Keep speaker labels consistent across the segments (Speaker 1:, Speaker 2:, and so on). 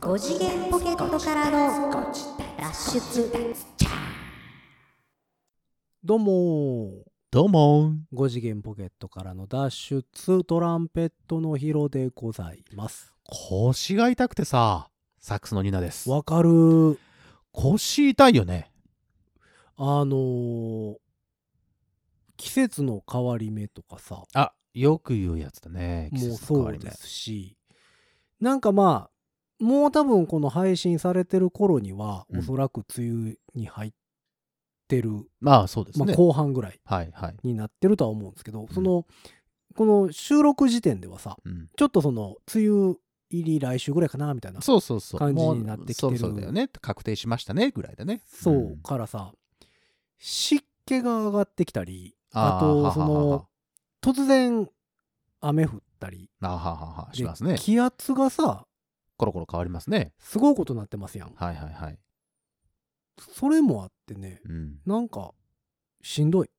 Speaker 1: 5次元ポケットからの脱出
Speaker 2: どうも
Speaker 3: どうも
Speaker 2: ー5次元ポケットからの脱出トランペットのヒロでございます
Speaker 3: 腰が痛くてさサックスのニナです
Speaker 2: わかるー
Speaker 3: 腰痛いよね
Speaker 2: あのー季節の変わり目とかさ
Speaker 3: あよく言うやつだね季
Speaker 2: もう
Speaker 3: 節の変
Speaker 2: そ
Speaker 3: わ
Speaker 2: う
Speaker 3: り目
Speaker 2: ですしなんかまあもう多分この配信されてる頃には、
Speaker 3: うん
Speaker 2: おそらく梅雨に入ってる、
Speaker 3: まあそうです
Speaker 2: まあ、
Speaker 3: ね、
Speaker 2: 後半ぐらい
Speaker 3: はいはい、
Speaker 2: になってるとは思うんですけど、そのこの収録時点ではさ
Speaker 3: うん、
Speaker 2: ちょっとその梅雨入り来週ぐらいかなみたいな
Speaker 3: そうそうそう
Speaker 2: 感じ
Speaker 3: もう
Speaker 2: になってきてる
Speaker 3: そろそろだよね確定しましたねぐらいだね
Speaker 2: そう、
Speaker 3: ん
Speaker 2: からさ湿気が上がってきたりあ
Speaker 3: ー
Speaker 2: と
Speaker 3: は
Speaker 2: そ
Speaker 3: ははは
Speaker 2: の突然雨降ったり
Speaker 3: あーはははは
Speaker 2: で
Speaker 3: しますね
Speaker 2: 気圧がさ
Speaker 3: コロコロ変わりますね
Speaker 2: すごいことになってますやん
Speaker 3: はいはいはい、
Speaker 2: それもあってね
Speaker 3: うん、
Speaker 2: なんかしんどい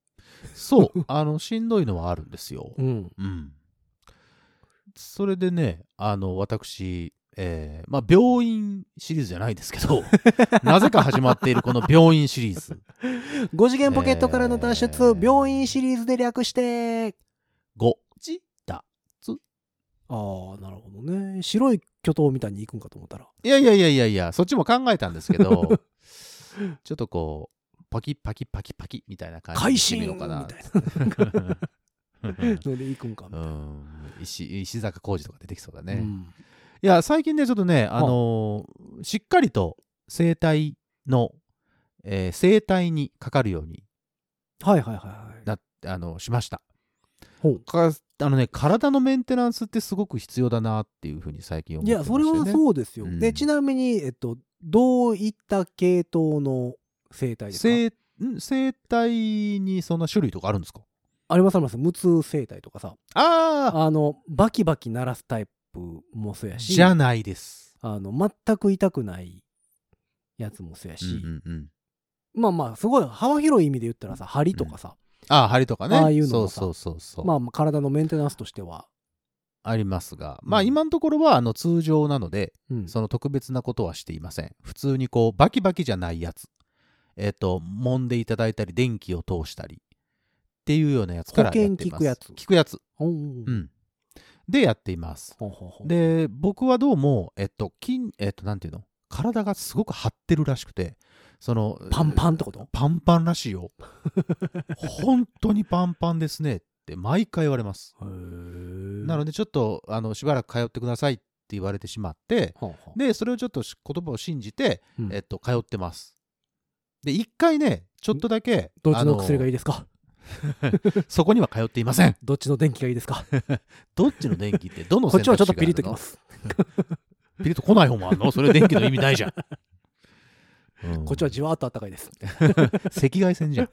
Speaker 3: そうあのしんどいのはあるんですよ
Speaker 2: うん
Speaker 3: うんそれでねあの私えーまあ、病院シリーズじゃないですけ どなぜか始まっているこの病院シリーズ
Speaker 2: 5次元ポケットからの脱出、
Speaker 3: えー
Speaker 2: 病院シリーズで略して
Speaker 3: ごじだ
Speaker 2: ああなるほどね白い巨頭みたいに行くんかと思ったら
Speaker 3: いやいやいやいやいやそっちも考えたんですけ どちょっとこうパキパキパキパキみたいな感じ
Speaker 2: 会
Speaker 3: にして
Speaker 2: 心
Speaker 3: み
Speaker 2: み
Speaker 3: よう
Speaker 2: たい
Speaker 3: かな
Speaker 2: な ので行くんかみた い
Speaker 3: う
Speaker 2: な、
Speaker 3: ん石石坂浩二とか出てきそうだね、
Speaker 2: う
Speaker 3: い
Speaker 2: ん
Speaker 3: や最近ねちょっとねあのーしっかりと生体の、えー生体にかかるように
Speaker 2: はいはいはいはい
Speaker 3: なあのしました
Speaker 2: ほう
Speaker 3: かあのね体のメンテナンスってすごく必要だなっていうふうに最近思っ
Speaker 2: い
Speaker 3: てま
Speaker 2: や、
Speaker 3: して、
Speaker 2: そ
Speaker 3: ね、
Speaker 2: れはそうですよ。
Speaker 3: うん
Speaker 2: で、ちなみに、えっと、どういった系統の生態ですか
Speaker 3: 生ん生体にそんな種類とかあるんですか
Speaker 2: ありますあります。無痛生態とかさ、
Speaker 3: ああ
Speaker 2: あの、バキバキ鳴らすタイプもそうやし、
Speaker 3: じゃないです。
Speaker 2: あの、全く痛くないやつもそうやし、
Speaker 3: うんうんうん
Speaker 2: まあまあ、すごい幅広い意味で言ったらさ、針とかさ、
Speaker 3: ああ針とかね
Speaker 2: ああいうの
Speaker 3: そ
Speaker 2: も
Speaker 3: う
Speaker 2: さ
Speaker 3: そうそうそう、
Speaker 2: まあまあ、体のメンテナンスとしては、
Speaker 3: ありますが、まあ
Speaker 2: うん
Speaker 3: 今のところはあの通常なので
Speaker 2: うん
Speaker 3: その特別なことはしていません普通にこうバキバキじゃないやつえっ、と揉んでいただいたり電気を通したりっていうようなやつからやっています
Speaker 2: 保険効くやつ
Speaker 3: 効くやつ
Speaker 2: ほん
Speaker 3: うんでやっています
Speaker 2: ほんほんほん
Speaker 3: で僕はどうもえっと筋えっとなんていうの体がすごく張ってるらしくてその
Speaker 2: パンパンってこと
Speaker 3: パンパンらしいよ本当にパンパンですねって毎回言われます
Speaker 2: へー
Speaker 3: なのでちょっとあのしばらく通ってくださいって言われてしまって
Speaker 2: ほんほん
Speaker 3: でそれをちょっとし言葉を信じて、
Speaker 2: うん
Speaker 3: えっと、通ってますで一回ねちょっとだけ
Speaker 2: どっちの
Speaker 3: あ
Speaker 2: 薬がいいですか
Speaker 3: そこには通っていません
Speaker 2: どっちの電気がいいですか
Speaker 3: どっちの電気ってどの
Speaker 2: こっ
Speaker 3: 選択
Speaker 2: ち
Speaker 3: 肢
Speaker 2: はちょっとピリッと
Speaker 3: が
Speaker 2: き
Speaker 3: あるの
Speaker 2: ます。
Speaker 3: ピリッと来ない方もあるのそれ電気の意味ないじ ゃん、うん
Speaker 2: こっちはじわーっとあったかいです。
Speaker 3: 赤外線 じゃん。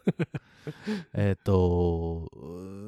Speaker 3: えっと、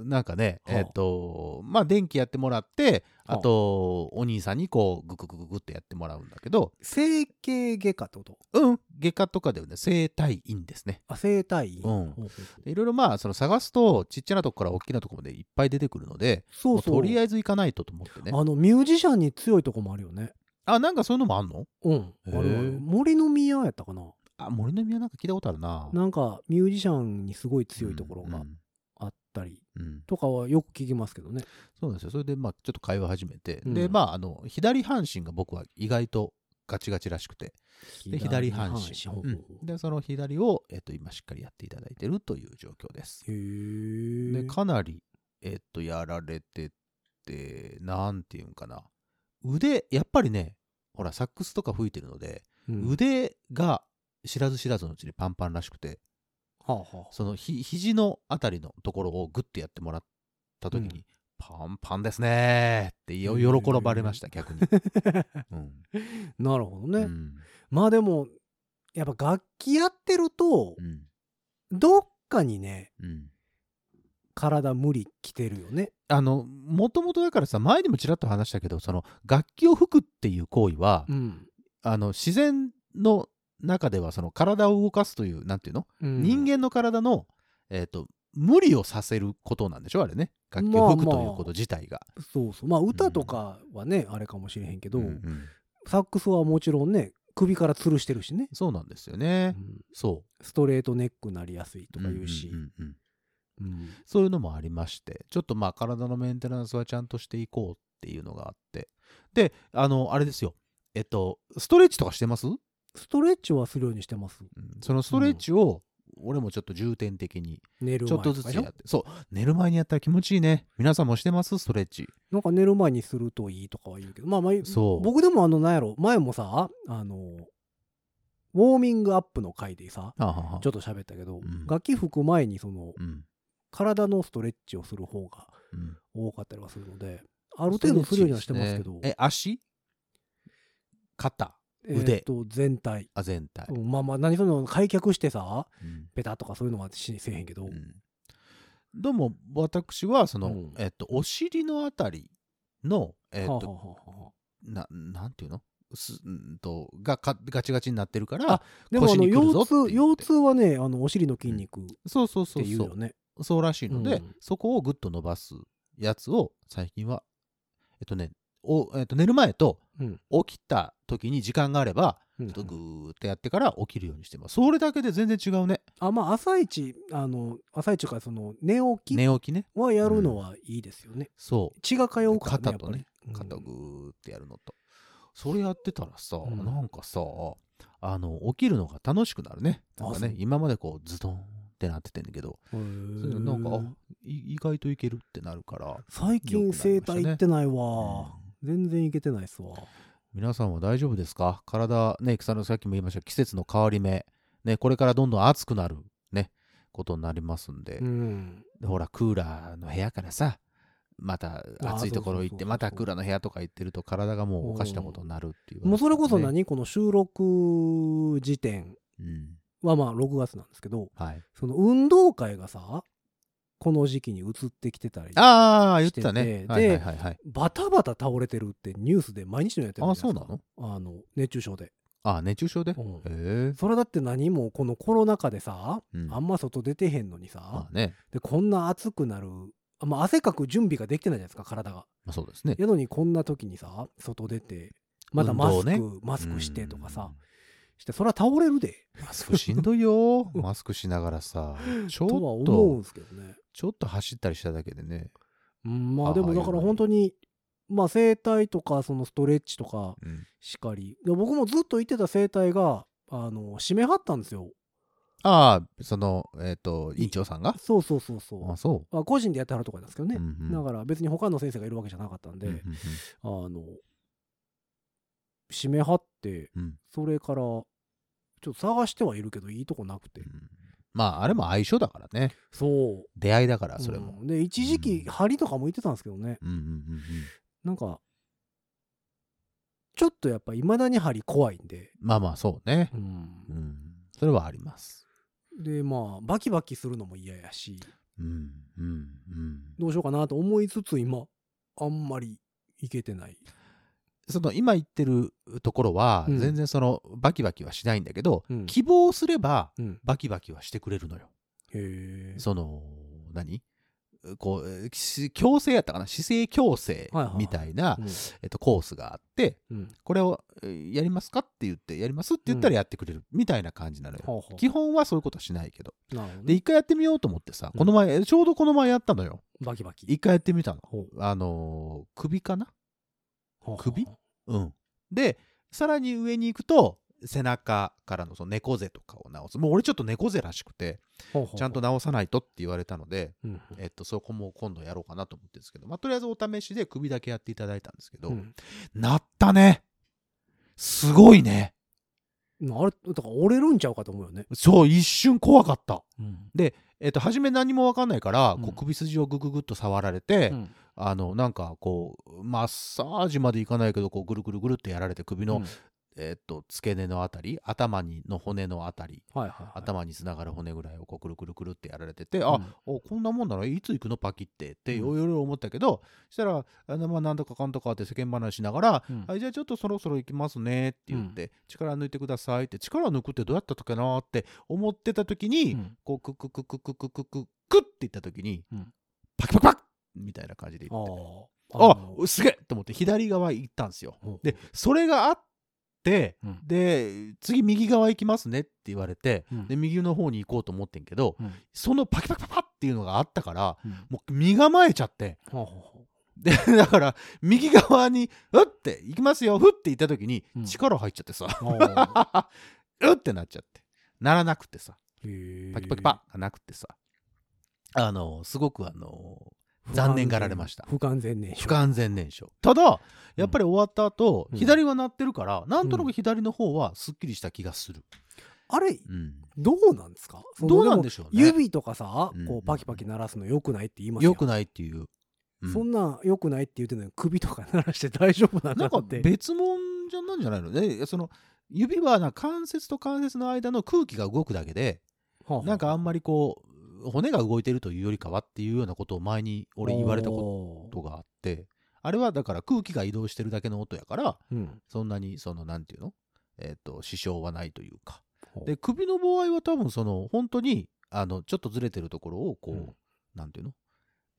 Speaker 3: なんかね、
Speaker 2: はあ
Speaker 3: えっ、と、まあ、電気やってもらって、
Speaker 2: はあ
Speaker 3: あと、お兄さんにこう、グググググってやってもらうんだけど、
Speaker 2: 整形外科ってこと
Speaker 3: うん、外科とかではね、整体院ですね。
Speaker 2: あ整体院、
Speaker 3: うん
Speaker 2: ほうほう
Speaker 3: でいろいろまあ、その探すと、ちっちゃなとこから大きなとこまでいっぱい出てくるので、
Speaker 2: そうそう
Speaker 3: もうとりあえず行かないとと思ってね。
Speaker 2: あのミュージシャンに強いとこもあるよね
Speaker 3: あなんかそういうのもあんの
Speaker 2: うんあ
Speaker 3: へ
Speaker 2: る
Speaker 3: ー
Speaker 2: ある森の宮やったかな
Speaker 3: あ、森の宮なんか聞いたことあるな。
Speaker 2: なんかミュージシャンにすごい強いところ
Speaker 3: う
Speaker 2: が
Speaker 3: ん
Speaker 2: あったり
Speaker 3: うんうん
Speaker 2: とかはよく聞きますけどね
Speaker 3: そうなんですよ。それで、まあ、ちょっと会話始めて、
Speaker 2: うん
Speaker 3: で、まあ、あの、左半身が僕は意外とガチガチらしくて、で左半身
Speaker 2: ほうほうほう
Speaker 3: でその左を、えっと今しっかりやっていただいてるという状況です。
Speaker 2: へ
Speaker 3: で
Speaker 2: え
Speaker 3: かなり、えっとやられててなんていうんかな腕やっぱりねほらサックスとか吹いてるので、
Speaker 2: うん
Speaker 3: 腕が知らず知らずのうちにパンパンらしくて
Speaker 2: はあはあ
Speaker 3: そのひ肘のあたりのところをグッてやってもらった時に、
Speaker 2: うん
Speaker 3: パンパンですねーってよ喜ばれました 逆に。うん
Speaker 2: なるほどね、
Speaker 3: うん
Speaker 2: まあでもやっぱ楽器やってると
Speaker 3: うん
Speaker 2: どっかにね
Speaker 3: うん
Speaker 2: 体無理きてるよね
Speaker 3: あのもともとだからさ前にもちらっと話したけどその楽器を吹くっていう行為は、
Speaker 2: うん、
Speaker 3: あの自然の中ではその体を動かすというなんていうの、
Speaker 2: うん
Speaker 3: 人間の体の、えー、と無理をさせることなんでしょあれね楽器を吹くということ自体が。
Speaker 2: そうそうまあ歌とかはね、あれかもしれへんけど、
Speaker 3: うんうん
Speaker 2: サックスはもちろんね首から吊るしてるしね、
Speaker 3: そうなんですよ
Speaker 2: う
Speaker 3: ね。
Speaker 2: ん
Speaker 3: そ。
Speaker 2: ストレートネックなりやすいうとか言うし、
Speaker 3: んんうんうん
Speaker 2: うん
Speaker 3: そういうのもありまして、ちょっとまあ体のメンテナンスはちゃんとしていこうっていうのがあって。で、あの、あれですよ。えっと、ストレッチとかしてます、うん
Speaker 2: ストレッチはするようにしてます
Speaker 3: そのストレッチを、俺もちょっと重点的に、
Speaker 2: 寝る
Speaker 3: ちょ
Speaker 2: 前
Speaker 3: っと
Speaker 2: と
Speaker 3: ず
Speaker 2: か
Speaker 3: つ
Speaker 2: でし
Speaker 3: や
Speaker 2: ょ
Speaker 3: って。そう、寝る前にやったら気持ちいいね。皆さんもしてますストレッチ。
Speaker 2: なんか寝る前にするといいとかは言うけどまあまあ
Speaker 3: そう
Speaker 2: 僕でもあのなんやろ前もさあのウォーミングアップの回でさ
Speaker 3: はあはあはあ
Speaker 2: ちょっと喋ったけど、
Speaker 3: うん
Speaker 2: 楽器吹く前にその
Speaker 3: うん。
Speaker 2: 体のストレッチをする方が
Speaker 3: うん
Speaker 2: 多かったりはするのである程度するようにはしてますけど
Speaker 3: ストレッチですねえ、足肩腕
Speaker 2: えーと全体
Speaker 3: あ全体。
Speaker 2: うんまあまあ何その開脚してさ
Speaker 3: うん
Speaker 2: ペタとかそういうのはしせえへんけど、
Speaker 3: うんどうも私はその、
Speaker 2: うん
Speaker 3: えっと、お尻のあたりの、えっと
Speaker 2: はあはあはあはあ
Speaker 3: ななんていうのすんとがかガチガチになってるか
Speaker 2: あ
Speaker 3: ら
Speaker 2: でもあ
Speaker 3: 腰
Speaker 2: の
Speaker 3: に来るぞ
Speaker 2: 腰
Speaker 3: って
Speaker 2: 痛
Speaker 3: 言っ
Speaker 2: 腰
Speaker 3: て
Speaker 2: 痛はねあのお尻の筋肉っ
Speaker 3: そうそうそ
Speaker 2: て
Speaker 3: う
Speaker 2: いう
Speaker 3: そ
Speaker 2: よ
Speaker 3: う
Speaker 2: ね
Speaker 3: そうらしいの
Speaker 2: う
Speaker 3: で、
Speaker 2: ん
Speaker 3: そこをぐっと伸ばすやつを最近はえっとねお、えっと、寝る前と
Speaker 2: うん
Speaker 3: 起きた時に時間があれば、
Speaker 2: うん
Speaker 3: ちょっとぐーってやってから起きるようにしてますそれだけで全然違うね
Speaker 2: あまあ朝一あの朝一からその寝起き
Speaker 3: 寝起きね
Speaker 2: はやるのはいいですよね、
Speaker 3: そう
Speaker 2: 血が通うからね
Speaker 3: 肩とね
Speaker 2: やっぱり
Speaker 3: 肩を
Speaker 2: うん
Speaker 3: ぐーってやるのと、それやってたらさ、
Speaker 2: うん
Speaker 3: なんかさあの起きるのが楽しくなるねなんか
Speaker 2: あそ
Speaker 3: ね
Speaker 2: う
Speaker 3: 今までこうズドンってなっててんだけど
Speaker 2: へ
Speaker 3: そうい
Speaker 2: ー
Speaker 3: うのなんかあい意外といけるってなるから、
Speaker 2: 最近整体行ってないわ、
Speaker 3: うん
Speaker 2: 全然行けてないっすわ
Speaker 3: 皆さんは大丈夫ですか体ね草野さんさっきも言いました季節の変わり目ねこれからどんどん暑くなるねことになりますんで、
Speaker 2: うん
Speaker 3: でほらクーラーの部屋からさまた
Speaker 2: あ
Speaker 3: 暑いところ
Speaker 2: そうそうそう
Speaker 3: 行っ
Speaker 2: そ
Speaker 3: て
Speaker 2: う
Speaker 3: またクーラーの部屋とか行ってると体がもうおかしなことになるっていう、
Speaker 2: もうそれこそ何、この収録時点
Speaker 3: うん、
Speaker 2: はまあ6月なんですけど
Speaker 3: はい。
Speaker 2: その運動会がさこの時期に移ってきてたり
Speaker 3: ああ、言っ
Speaker 2: しててて
Speaker 3: たね。はいは
Speaker 2: で
Speaker 3: いはいはい。
Speaker 2: バタバタ倒れてるってニュースで毎日のようにやってる
Speaker 3: ああ、
Speaker 2: じゃ
Speaker 3: そう
Speaker 2: いで
Speaker 3: な
Speaker 2: すか
Speaker 3: の
Speaker 2: あの熱中症で
Speaker 3: ああ、熱中症で。へ
Speaker 2: うん
Speaker 3: え。
Speaker 2: それだって何もこのコロナ禍でさ、
Speaker 3: うん
Speaker 2: あんま外出てへんのにさ、
Speaker 3: まあね。
Speaker 2: でこんな暑くなる、あまあ、汗かく準備ができてないじゃないですか体が。
Speaker 3: まあそうですね。
Speaker 2: やのにこんな時にさ外出てまだマス
Speaker 3: 運
Speaker 2: ク、
Speaker 3: 動ね
Speaker 2: マスクしてとかさ
Speaker 3: うん。
Speaker 2: してそれは倒れるで
Speaker 3: マスクしんどいよ。マスクしながらさ。ち ょ
Speaker 2: とは
Speaker 3: っ
Speaker 2: 思うん
Speaker 3: と、
Speaker 2: ですけどね。
Speaker 3: ちょっと走ったりしただけでね。
Speaker 2: うんま
Speaker 3: あ
Speaker 2: あ
Speaker 3: あ
Speaker 2: でもだから本当にまあ整体とかそのストレッチとか
Speaker 3: うん
Speaker 2: しかりで僕もずっと行ってた整体があの締め張ったんですよ。
Speaker 3: ああ、その、えっと、院長さんが
Speaker 2: そうそうそうそう。
Speaker 3: あそ
Speaker 2: まあ、個人でやってはるとかなんですけど
Speaker 3: う。
Speaker 2: ね
Speaker 3: う。んうん
Speaker 2: だから別に他の先生がいるわけじゃなかったんで、
Speaker 3: うんうんうん
Speaker 2: あの、締め張って、
Speaker 3: うん
Speaker 2: それから、ちょっと探してはいるけど、いいとこなくて。
Speaker 3: うんまあ、あれも相性だからね。
Speaker 2: そう。
Speaker 3: 出会いだから、それも。
Speaker 2: うんで、一時期、
Speaker 3: うん
Speaker 2: 針とかも行ってたんですけどね。
Speaker 3: うんうんうんうん
Speaker 2: なんか、ちょっとやっぱ、いまだに針怖いんで。
Speaker 3: まあまあ、そうね。
Speaker 2: うん
Speaker 3: うん。それはあります。
Speaker 2: で、まあ、バキバキするのも嫌やし、
Speaker 3: うんうんうん。
Speaker 2: どうしようかなと思いつつ、今、あんまり行けてない。
Speaker 3: その今言ってるところは
Speaker 2: うん
Speaker 3: 全然そのバキバキはしないんだけど、
Speaker 2: うん
Speaker 3: 希望すれば
Speaker 2: うん。
Speaker 3: バキバキはしてくれるのよ。
Speaker 2: へえ。
Speaker 3: その何こうえーし矯正やったかな姿勢矯正
Speaker 2: はいはいはい
Speaker 3: みたいな、
Speaker 2: うん
Speaker 3: えっと、コースがあって
Speaker 2: うん。
Speaker 3: これをえーやりますかって言ってやりますって言ったらやってくれるみたいな感じなのよ。
Speaker 2: ほうほう
Speaker 3: 基本はそういうことはしないけど。
Speaker 2: なるほど
Speaker 3: で
Speaker 2: ね。
Speaker 3: 一回やってみようと思ってさ
Speaker 2: うん
Speaker 3: この前ちょうどこの前やったのよ。
Speaker 2: バキバキ。
Speaker 3: 一回やってみたの。
Speaker 2: ほう
Speaker 3: あのー首かな
Speaker 2: ほうほう
Speaker 3: 首うん、でさらに上に行くと背中からのその猫背とかを直すもう俺ちょっと猫背らしくて
Speaker 2: ほうほう
Speaker 3: ちゃんと直さないとって言われたので、
Speaker 2: うん
Speaker 3: えっと、そこも今度やろうかなと思ってるんですけど、まあ、とりあえずお試しで首だけやっていただいたんですけど、
Speaker 2: うん
Speaker 3: なったねすごいね
Speaker 2: あれだから折れるんちゃうかと思うよね、
Speaker 3: そう一瞬怖かった、
Speaker 2: うん
Speaker 3: えっと、初め何も分かんないから、
Speaker 2: う
Speaker 3: こうん首筋をグググッと触られて、あのなんかこうマッサージまでいかないけどこうぐるぐるぐるってやられて首の、
Speaker 2: うん
Speaker 3: えーっと付け根のあたり頭にの骨のあたり
Speaker 2: はいはいはい、
Speaker 3: 頭につながる骨ぐらいをこうくるくるくるってやられてて、
Speaker 2: う
Speaker 3: あ
Speaker 2: ん
Speaker 3: おこんなもんならいつ行くのパキってって
Speaker 2: うん
Speaker 3: よよよ思ったけど、したらあの、まあ、なんとかかんとかって世間話しながら、
Speaker 2: うん
Speaker 3: はいじゃあちょっとそろそろ行きますねって言って、力抜いてくださいって力抜くってどうやったっけなって思ってた時に、
Speaker 2: うん
Speaker 3: こうクククククククククっていった時に、
Speaker 2: うん
Speaker 3: パキパキパキみたいな感じで
Speaker 2: あ
Speaker 3: 言って
Speaker 2: ーあ
Speaker 3: あ
Speaker 2: の
Speaker 3: すげえと思って左側行ったんですよ。
Speaker 2: ほう
Speaker 3: でそれがあっって、
Speaker 4: うん
Speaker 3: で次右側行きますねって言われて、
Speaker 4: うん
Speaker 3: で右の方に行こうと思ってんけど、
Speaker 4: うん
Speaker 3: そのパキパキパキパキっていうのがあったから
Speaker 4: うん
Speaker 3: もう身構えちゃって
Speaker 2: ほうほうほう
Speaker 3: で だから右側に「うっ!」て行きますよ「ふっ!」て言った時に
Speaker 4: うん
Speaker 3: 力入っちゃってさ
Speaker 2: おー
Speaker 3: 「うっ!」てなっちゃってならなくてさ
Speaker 2: へー
Speaker 3: パキパキパッがなくてさあのすごくあの残念がられました
Speaker 2: 不完全燃焼
Speaker 3: 不完全燃焼ただやっぱり終わった後、
Speaker 2: うん
Speaker 3: 左は鳴ってるからなんとなく左の方はすっきりした気がする、
Speaker 2: あれ
Speaker 3: うん
Speaker 2: どうなんですかその
Speaker 3: どうなんでしょうね
Speaker 2: も指とかさ
Speaker 3: うん
Speaker 2: こうパキパキ鳴らすの良くないって言います
Speaker 3: 良く
Speaker 2: ない
Speaker 3: ないっていう、うん
Speaker 2: そんな良くないって言ってんのに首とか鳴らして大丈夫な
Speaker 3: なん
Speaker 2: の
Speaker 3: か
Speaker 2: って
Speaker 3: 別物じゃなんじゃないのねその指はな関節と関節の間の空気が動くだけでなんかあんま
Speaker 2: り
Speaker 3: りこう骨が動いてるというよりかはっていうようなことを前に俺言われたこ
Speaker 2: こと
Speaker 3: があってあれはだから空気が移動してるだけの音やから
Speaker 2: とうん
Speaker 3: そんなにそのなんていうのえっ、と支障はないというか
Speaker 2: ほう
Speaker 3: で首の場合は多分その本当にあのちょっとずれてるところをこう、
Speaker 2: うん
Speaker 3: なんていうの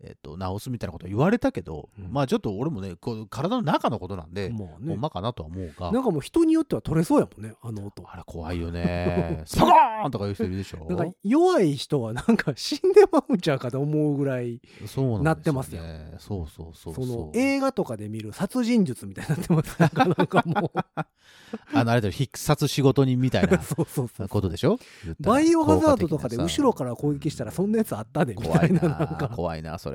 Speaker 3: えっ、と直すみたいなこと言われたけど、
Speaker 2: うん
Speaker 3: まあちょっと俺もねこう体の中のことなんで、
Speaker 2: まあ
Speaker 3: ほ
Speaker 2: ね
Speaker 3: んまかなとは思うが
Speaker 2: なんかもう人によっては取れそうやもんねあの音
Speaker 3: あら怖いよ ねスパコーンとか言う人いるでしょ
Speaker 2: なんか弱い人はなんか死んでまうんちゃうかと思うぐらい
Speaker 3: そうなんですよね
Speaker 2: なってますよ
Speaker 3: そうそうそう
Speaker 2: そ
Speaker 3: そう
Speaker 2: の映画とかで見る殺人術みたいになって ますなんかなんかもう
Speaker 3: あのあれだよ必殺仕事人みたい
Speaker 2: そう そうそう
Speaker 3: なことでしょ言ったら
Speaker 2: バイオハザードとかで
Speaker 3: 効果的なさ
Speaker 2: 後ろから攻撃したらそんなやつあったでみ
Speaker 3: 怖
Speaker 2: たい
Speaker 3: い
Speaker 2: な
Speaker 3: な
Speaker 2: なんか
Speaker 3: 怖いなそれ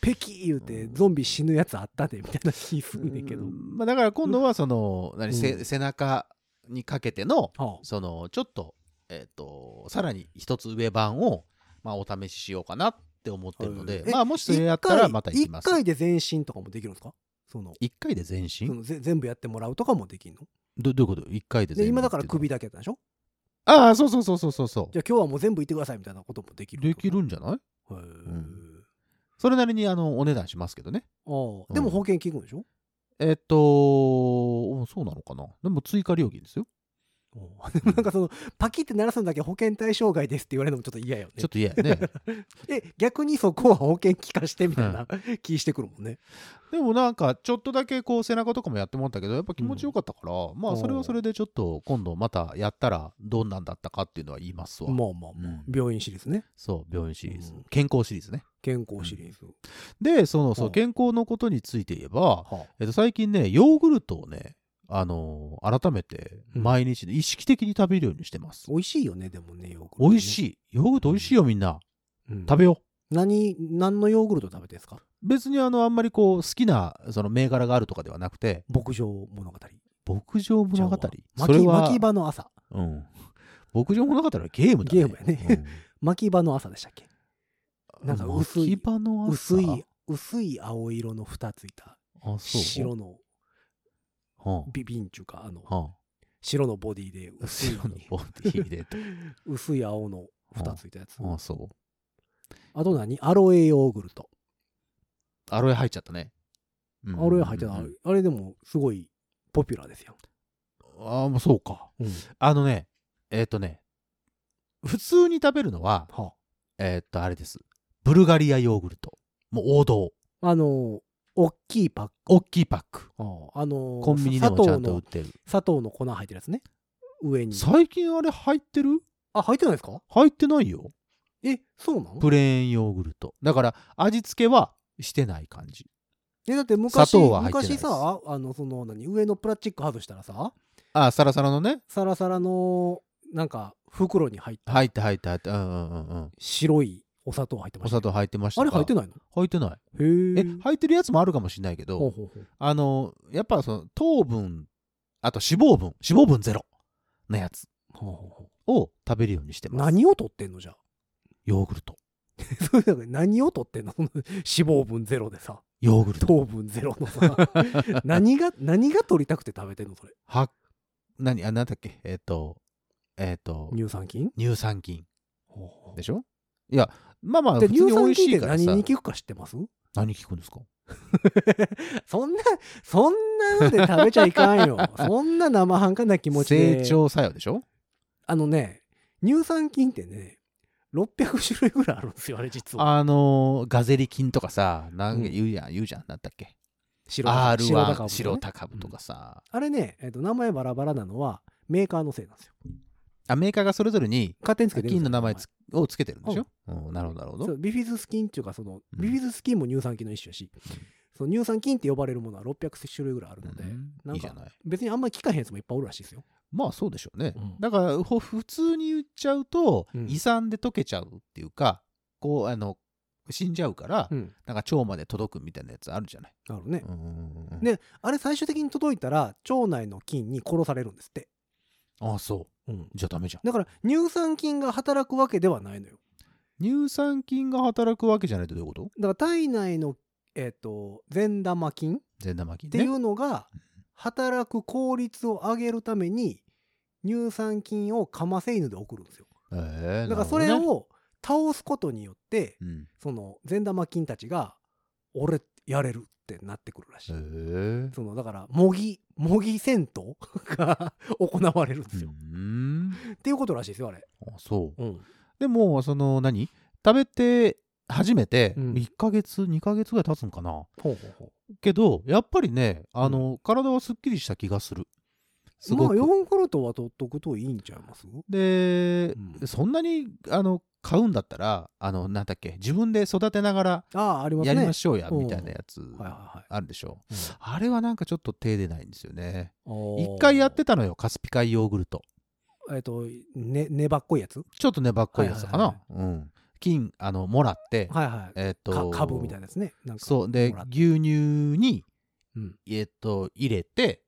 Speaker 2: ペキー言うてゾンビ死ぬやつあったでみたいな気すんねんけど、
Speaker 3: うんまあ、だから今度はその、何
Speaker 2: う
Speaker 3: せ背中にかけての
Speaker 2: は
Speaker 3: そのちょっと,、えー、とさらに一つ上版を、まあ、お試ししようかなって思ってるので、
Speaker 2: え
Speaker 3: まあ、もしそれや
Speaker 2: あ
Speaker 3: ったらまた行きます
Speaker 2: 1回で全身とかもできるんですかその
Speaker 3: 一回で全身
Speaker 2: そのぜ全部やってもらうとかもできるの
Speaker 3: どどういうこと一回で全
Speaker 2: で
Speaker 3: 身
Speaker 2: 今だから首だけやったんでしょ
Speaker 3: ああそうそうそうそうそうそう
Speaker 2: じゃあ今日はもう全部いってくださいみたいなこともできる
Speaker 3: できるんじゃない
Speaker 2: へー
Speaker 3: んそれなりにあのお値段しますけどね
Speaker 2: ああでも保険聞くんでしょ、
Speaker 3: えっ、とうんそうなのかなでも追加料金ですよ
Speaker 2: あ でもなんかそのパキって鳴らすのだけ保険対象外ですって言われるのもちょっと嫌よね
Speaker 3: ちょっと嫌やね
Speaker 2: え逆にそこは保険聞かしてみたいな気してくるもんね
Speaker 3: でもなんかちょっとだけこう背中とかもやってもらったけどやっぱ気持ちよかったから、ま
Speaker 2: お
Speaker 3: あ
Speaker 2: ー
Speaker 3: それはそれでちょっと今度またやったらどんなんだったかっていうのは言いますわ、
Speaker 2: まあまあまあ、
Speaker 3: うん
Speaker 2: 病院シリーズね
Speaker 3: そう病院シリーズ、
Speaker 2: うん
Speaker 3: 健康シリーズね
Speaker 2: 健康シリーズ、
Speaker 3: でそのそう
Speaker 2: お
Speaker 3: 健康のことについて言えば、
Speaker 2: は
Speaker 3: えっと、最近ねヨーグルトをねあのー改めて
Speaker 2: うん
Speaker 3: 毎日ね意識的に食べるようにしてます、
Speaker 2: 美味しいよねでもねヨーグルト、ね、
Speaker 3: 美味し
Speaker 2: い、
Speaker 3: いヨーグルト美味しいよみんな
Speaker 2: うん
Speaker 3: 食べよう
Speaker 2: 何何のヨーグルト食べてんですか
Speaker 3: 別にあのあんまりこう好きなその銘柄があるとかではなくて
Speaker 2: 牧場物語
Speaker 3: 牧場物語
Speaker 2: 巻
Speaker 3: それ
Speaker 2: き
Speaker 3: は
Speaker 2: 巻き場の朝
Speaker 3: うん。牧場物語はゲームだね。
Speaker 2: ゲームやね巻き場の朝でしたっけ
Speaker 3: うん。
Speaker 2: なんか薄い
Speaker 3: 巻き場の朝
Speaker 2: 薄い。薄い青色の蓋ついた
Speaker 3: あ、そう。
Speaker 2: 白の
Speaker 3: は
Speaker 2: ビビンチュかあの
Speaker 3: あ。は
Speaker 2: 白のボディで
Speaker 3: あ。
Speaker 2: 薄い
Speaker 3: 白のボディでと。
Speaker 2: 薄い青の蓋ついたやつ
Speaker 3: あ、そう。
Speaker 2: あと何アロエヨーグルト
Speaker 3: アロエ入っちゃったね。うん
Speaker 2: アロエ入ってない
Speaker 3: うん
Speaker 2: あれでもすごいポピュラーですよ
Speaker 3: あ、もうそうか。
Speaker 2: うん
Speaker 3: あのね、えっとね、普通に食べるのは、
Speaker 2: は
Speaker 3: えっと、あれです。ブルガリアヨーグルト。もう王道。
Speaker 2: ああの大きいパック
Speaker 3: 大きいパック。
Speaker 2: あの
Speaker 3: コンビニで
Speaker 2: 砂
Speaker 3: もちゃ
Speaker 2: 糖
Speaker 3: んと売っ
Speaker 2: の
Speaker 3: てる。
Speaker 2: 砂糖の粉入ってるやつね上に
Speaker 3: 最近あれ入ってる
Speaker 2: あ入ってないですか
Speaker 3: 入ってないよ。
Speaker 2: えそうなの
Speaker 3: プレーンヨーグルト。だから味付けはしてない感じ。
Speaker 2: えだって昔
Speaker 3: 砂糖は入ってないで
Speaker 2: 昔
Speaker 3: す
Speaker 2: さあのその何上のプラスチック外したらさ
Speaker 3: あ、サラサラのね。
Speaker 2: サラサラのなんか袋に入った
Speaker 3: 入って入って入って。うんうんうんうん。
Speaker 2: 白いお砂糖入ってま
Speaker 3: お
Speaker 2: した
Speaker 3: 砂糖入ってました
Speaker 2: あれ入って
Speaker 3: ない
Speaker 2: ないの
Speaker 3: 入ってない。
Speaker 2: へ
Speaker 3: え
Speaker 2: え、
Speaker 3: 入ってるやつもあるかもしれないけ
Speaker 2: ほう
Speaker 3: ど、
Speaker 2: ほうほう
Speaker 3: あの、やっぱその糖分、あと脂肪分、脂肪分ゼロのやつ
Speaker 2: ほうほうほ
Speaker 3: を食べるようにして
Speaker 2: う
Speaker 3: ます。
Speaker 2: 何を取ってんのじゃあ
Speaker 3: ヨーグルト。
Speaker 2: そういうのが何を取ってんのその脂肪分ゼロでさ
Speaker 3: ヨーグルト。
Speaker 2: 糖分ゼロのさ 何が何が取りたくて食べてんのそれ
Speaker 3: は、何あ、なんだっけえっ、と、えっ、と、
Speaker 2: 乳酸菌
Speaker 3: 乳酸菌
Speaker 2: ほうほう
Speaker 3: でしょいや、まあまあ、
Speaker 2: で
Speaker 3: 普通
Speaker 2: 乳
Speaker 3: に美
Speaker 2: 酸
Speaker 3: 味し
Speaker 2: 菌って
Speaker 3: いから
Speaker 2: 何
Speaker 3: さ。
Speaker 2: に効くか知ってます
Speaker 3: 何聞くんですか
Speaker 2: そんなそんなので食べちゃいかん よそんな生半可な気持ちで
Speaker 3: 成長作用でしょ
Speaker 2: あのね乳酸菌ってね600種類ぐらいあるんですよあれ実は
Speaker 3: あのーガゼリ菌とかさ、なん
Speaker 2: う
Speaker 3: か
Speaker 2: ん
Speaker 3: 言うやん、言うじゃん、なんだっけ。
Speaker 2: 白だ
Speaker 3: R1
Speaker 2: 白だ
Speaker 3: 白
Speaker 2: か
Speaker 3: 高
Speaker 2: もね
Speaker 3: 株とかさ、
Speaker 2: あれね、えっと名前バラバラなのはメーカーのせいなんですよ
Speaker 3: あメーカーがそれぞれに
Speaker 2: 勝手につけてるんですよ
Speaker 3: 金の名前つをつけてるんでしょ、うんなるほどなるほ
Speaker 2: そ
Speaker 3: ど
Speaker 2: うビフィズス菌っていうかその、
Speaker 3: うん
Speaker 2: ビフィズス菌も乳酸菌の一種やし、その乳酸菌って呼ばれるものは600種類ぐらいあるので、
Speaker 3: う、
Speaker 2: なんん
Speaker 3: いいじゃ
Speaker 2: か
Speaker 3: ない
Speaker 2: 別にあんまり聞かへんやつもいっぱいおるらしいですよ。
Speaker 3: まあそうでしょうね、
Speaker 2: うん
Speaker 3: だからほ普通に言っちゃうと、
Speaker 2: うん
Speaker 3: 胃酸で溶けちゃうっていうかこうあの死んじゃうから、
Speaker 2: うん、
Speaker 3: なんか腸まで届くみたいなやつあるじゃない、
Speaker 2: なるほどね、
Speaker 3: うんうんうんうん
Speaker 2: ねあれ最終的に届いたら腸内の菌に殺されるんですって。
Speaker 3: ああそう
Speaker 2: うん、
Speaker 3: じゃあダメじゃん
Speaker 2: だから乳酸菌が働くわけではないのよ。
Speaker 3: 乳酸菌が働くわけじゃないとどういうこと
Speaker 2: だから体内の、えっと善玉菌っ
Speaker 3: 善玉菌
Speaker 2: てい
Speaker 3: ね
Speaker 2: うのが働く効率を上げるために乳酸菌をカマセイヌで送るんですよ。
Speaker 3: え
Speaker 2: だ
Speaker 3: ー
Speaker 2: からそれ、
Speaker 3: なるほ
Speaker 2: を倒すことによって、
Speaker 3: どね
Speaker 2: その善玉菌たちが「俺やれる」ってなってくるらしい、
Speaker 3: うん、え
Speaker 2: そのだから模擬模擬戦闘 が行われるんです
Speaker 3: ー、う
Speaker 2: よ、
Speaker 3: ん
Speaker 2: っていうことらしいですよあれ、
Speaker 3: あそう
Speaker 2: うん、
Speaker 3: でもその何食べて初めて
Speaker 2: うん
Speaker 3: 1ヶ月、2ヶ月ぐらい経つんかな
Speaker 2: ほうほうほ
Speaker 3: けどやっぱりねあの、体はすっきりした気がするす
Speaker 2: うま
Speaker 3: ご
Speaker 2: あ
Speaker 3: く、
Speaker 2: ヨーグルトは取っとくといいんちゃいます
Speaker 3: で、
Speaker 2: うん
Speaker 3: そんなにあの買うんだったらあのなんだっけ自分で育てながら
Speaker 2: あああります
Speaker 3: や
Speaker 2: ね
Speaker 3: りま
Speaker 2: し
Speaker 3: しょうや
Speaker 2: うん
Speaker 3: みたいなやつ
Speaker 2: はいはいはい
Speaker 3: あるでしょ
Speaker 2: うん
Speaker 3: あれはなんかちょっと手出ないんですよね
Speaker 2: おー
Speaker 3: 一回やってたのよカスピ海ヨーグルト
Speaker 2: えっ、とね粘っこいやつ
Speaker 3: ちょっと粘っこいやつかな、
Speaker 2: はい
Speaker 3: うん金あのもらって、
Speaker 2: はいはい
Speaker 3: えっ、
Speaker 2: か
Speaker 3: と
Speaker 2: 株みたいなやつねなんか
Speaker 3: そうで
Speaker 2: もらって
Speaker 3: 牛乳に
Speaker 2: うん
Speaker 3: えっと入れて